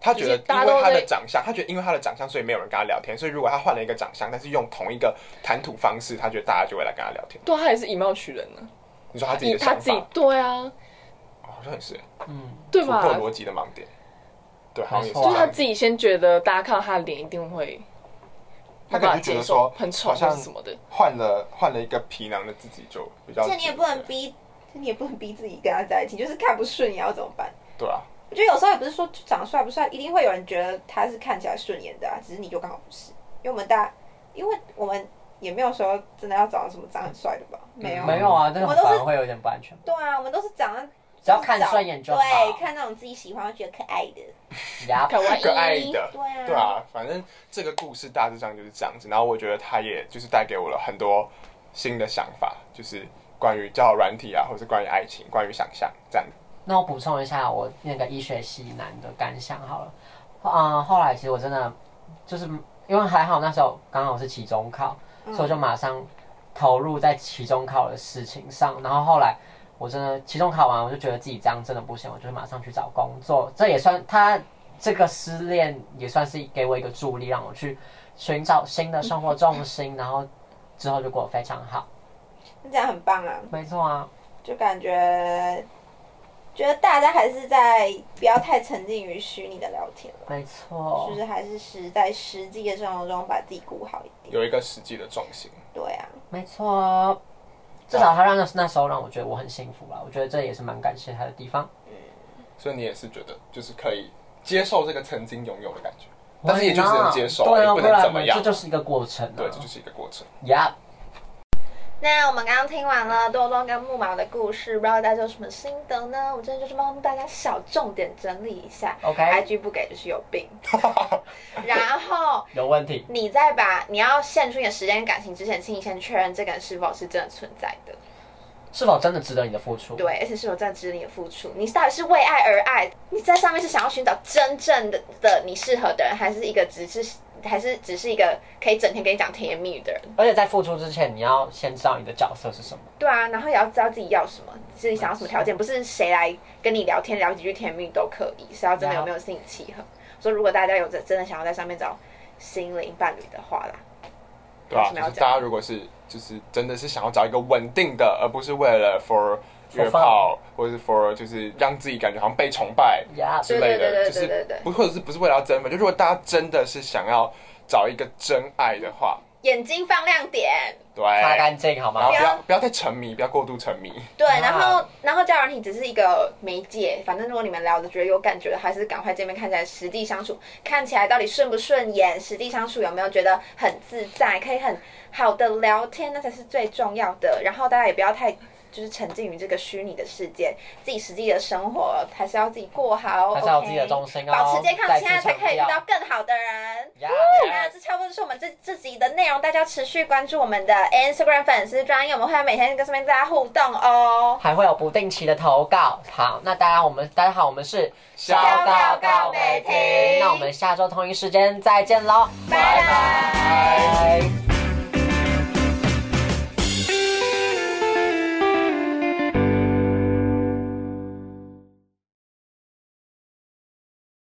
Speaker 3: 他觉
Speaker 4: 就
Speaker 3: 得
Speaker 4: 是大家
Speaker 3: 因为
Speaker 4: 都
Speaker 3: 他的
Speaker 4: 会
Speaker 3: 长相，他觉得因为他的长相，所以没有人跟他聊天。所以如果他换了一个长相，但是用同一个谈吐方式，他觉得大家就会来跟他聊天。
Speaker 4: 对啊，他也是以貌取人呢、
Speaker 3: 你说他
Speaker 4: 啊，
Speaker 3: 自己
Speaker 4: 以
Speaker 3: 的
Speaker 4: 他
Speaker 3: 想
Speaker 4: 自己
Speaker 3: 法，哦
Speaker 4: 对啊，
Speaker 3: 好像也是
Speaker 1: 嗯，
Speaker 4: 对
Speaker 3: 突
Speaker 4: 吧？
Speaker 3: 破逻辑的盲点。对，好像也是
Speaker 1: 没
Speaker 4: 就
Speaker 1: 错
Speaker 3: 这
Speaker 1: 啊
Speaker 4: 是他
Speaker 3: 样。
Speaker 4: 自己先觉得大家看到他的脸一定会，
Speaker 3: 他
Speaker 4: 没办
Speaker 3: 可能
Speaker 4: 法
Speaker 3: 就觉
Speaker 4: 接
Speaker 3: 得
Speaker 4: 受
Speaker 3: 说，
Speaker 4: 很丑
Speaker 3: 好
Speaker 4: 或
Speaker 3: 像
Speaker 4: 是什么的，
Speaker 3: 换了换了一个皮囊的自己就比较。
Speaker 5: 而且你也不能逼，你也不能逼自己跟他在一起，就是看不顺眼要怎么办？
Speaker 3: 对啊，
Speaker 5: 我觉得有时候也不是说长得帅不帅，一定会有人觉得他是看起来顺眼的啊，只是你就刚好不是。因为我们大，因为我们也没有说真的要找到什么长得很帅的吧，没有。
Speaker 1: 没有啊，那种
Speaker 5: 我都是
Speaker 1: 反而会有点不安全。
Speaker 5: 对啊，我们都是长得
Speaker 1: 只要看顺眼就好
Speaker 5: 对，看那种自己喜欢觉得可爱的。
Speaker 1: 呀，
Speaker 4: 可爱
Speaker 3: 可爱的。
Speaker 5: 对啊，
Speaker 3: 对啊，反正这个故事大致上就是这样子。然后我觉得他也就是带给我了很多新的想法，就是关于交友软体啊，或者是关于爱情、关于想象这样。
Speaker 1: 那我补充一下我那个医学系男的感想好了。嗯，后来其实我真的就是因为还好那时候刚好是期中考，
Speaker 5: 嗯
Speaker 1: 所以我就马上投入在期中考的事情上。然后后来我真的期中考完，我就觉得自己这样真的不行，我就马上去找工作。这也算他这个失恋也算是给我一个助力，让我去寻找新的生活重心。然后之后就过得非常好，
Speaker 5: 那这样很棒啊，
Speaker 1: 没错啊。
Speaker 5: 就感觉觉得大家还是在不要太沉浸于虚拟的聊天了，
Speaker 1: 没错，
Speaker 5: 就是还是实在实际的生活中把自己顾好一点。
Speaker 3: 有一个实际的重心。
Speaker 5: 对啊，
Speaker 1: 没错，至少他让那那时候让我觉得我很幸福啦。我觉得这也是蛮感谢他的地方。
Speaker 3: 所以你也是觉得就是可以接受这个曾经拥有的感觉，但是也就只能接受，
Speaker 1: 对啊，
Speaker 3: 也不能怎么样
Speaker 1: 这。就是一个过程、啊。
Speaker 2: 嗯
Speaker 3: 对，这就是一个 过程。
Speaker 1: 呀
Speaker 2: 那我们刚刚听完了多多跟木毛的故事，不知道大家有什么心得呢？我真的就是帮大家小重点整理一下。
Speaker 1: ，OK，
Speaker 2: IG 不给就是有病，然后
Speaker 1: 有问题。
Speaker 2: 你再把你要献出你的时间感情之前，请你先确认这个人是否是真的存在的，
Speaker 1: 是否真的值得你的付出？，
Speaker 2: 对，而且是否真的值得你的付出。你到底是为爱而爱？你在上面是想要寻找真正的的你适合的人，还是一个只是还是只是一个可以整天跟你讲甜言蜜语的人。
Speaker 1: 而且在付出之前，你要先知道你的角色是什么。
Speaker 2: 对啊，然后也要知道自己要什么，自己想要什么条件，不是谁来跟你聊天聊几句甜言蜜语都可以，是要真的有没有心理契合。所以如果大家有真真的想要在上面找心灵伴侣的话啦，
Speaker 3: 对
Speaker 2: 有
Speaker 3: 啊，
Speaker 2: 什么
Speaker 3: 就
Speaker 2: 要
Speaker 3: 是
Speaker 2: 讲
Speaker 3: 大家如果是就是真的是想要找一个稳定的，而不是为了 for
Speaker 1: For
Speaker 3: 约炮或者是 for 就是让自己感觉好像被崇拜
Speaker 1: Yeah，
Speaker 3: 之
Speaker 2: 对对
Speaker 3: 类的，
Speaker 2: 对
Speaker 3: 就
Speaker 2: 对对
Speaker 3: 是
Speaker 2: 对
Speaker 3: 不或者是不是为了要增粉，就如果大家真的是想要找一个真爱的话，
Speaker 2: 眼睛放亮点。
Speaker 3: 对，
Speaker 1: 擦
Speaker 3: 然
Speaker 1: 干净好
Speaker 3: 后
Speaker 1: 吗
Speaker 3: 不？
Speaker 2: 要
Speaker 3: 要不要太沉迷，不要过度沉迷，
Speaker 2: 对，
Speaker 1: 啊
Speaker 2: 然后然后交友软体只是一个媒介，反正如果你们聊的觉得有感觉的，还是赶快见面，看起来实地相处，看起来到底顺不顺眼，实地相处有没有觉得很自在，可以很好的聊天，那才是最重要的。然后大家也不要太就是沉浸于这个虚拟的世界，自己实际的生活还是要自己过好，
Speaker 1: 还是要有自己的
Speaker 2: OK
Speaker 1: 中心哦。
Speaker 2: 保持健康，
Speaker 1: 再次
Speaker 2: 现在才可以遇
Speaker 1: 强调
Speaker 2: 到。更好的人。
Speaker 1: 呀
Speaker 2: 那这差不多是我们这这集的内容，大家要持续关注我们的 Instagram 粉丝专业，我们会每天跟身边大家互动哦。
Speaker 1: 还会有不定期的投稿。好，那大家我们大家好，我们是
Speaker 3: 小
Speaker 2: 告告美
Speaker 1: 美
Speaker 2: 婷
Speaker 1: 那我们下周同一时间再见喽，
Speaker 2: 拜拜
Speaker 1: 拜拜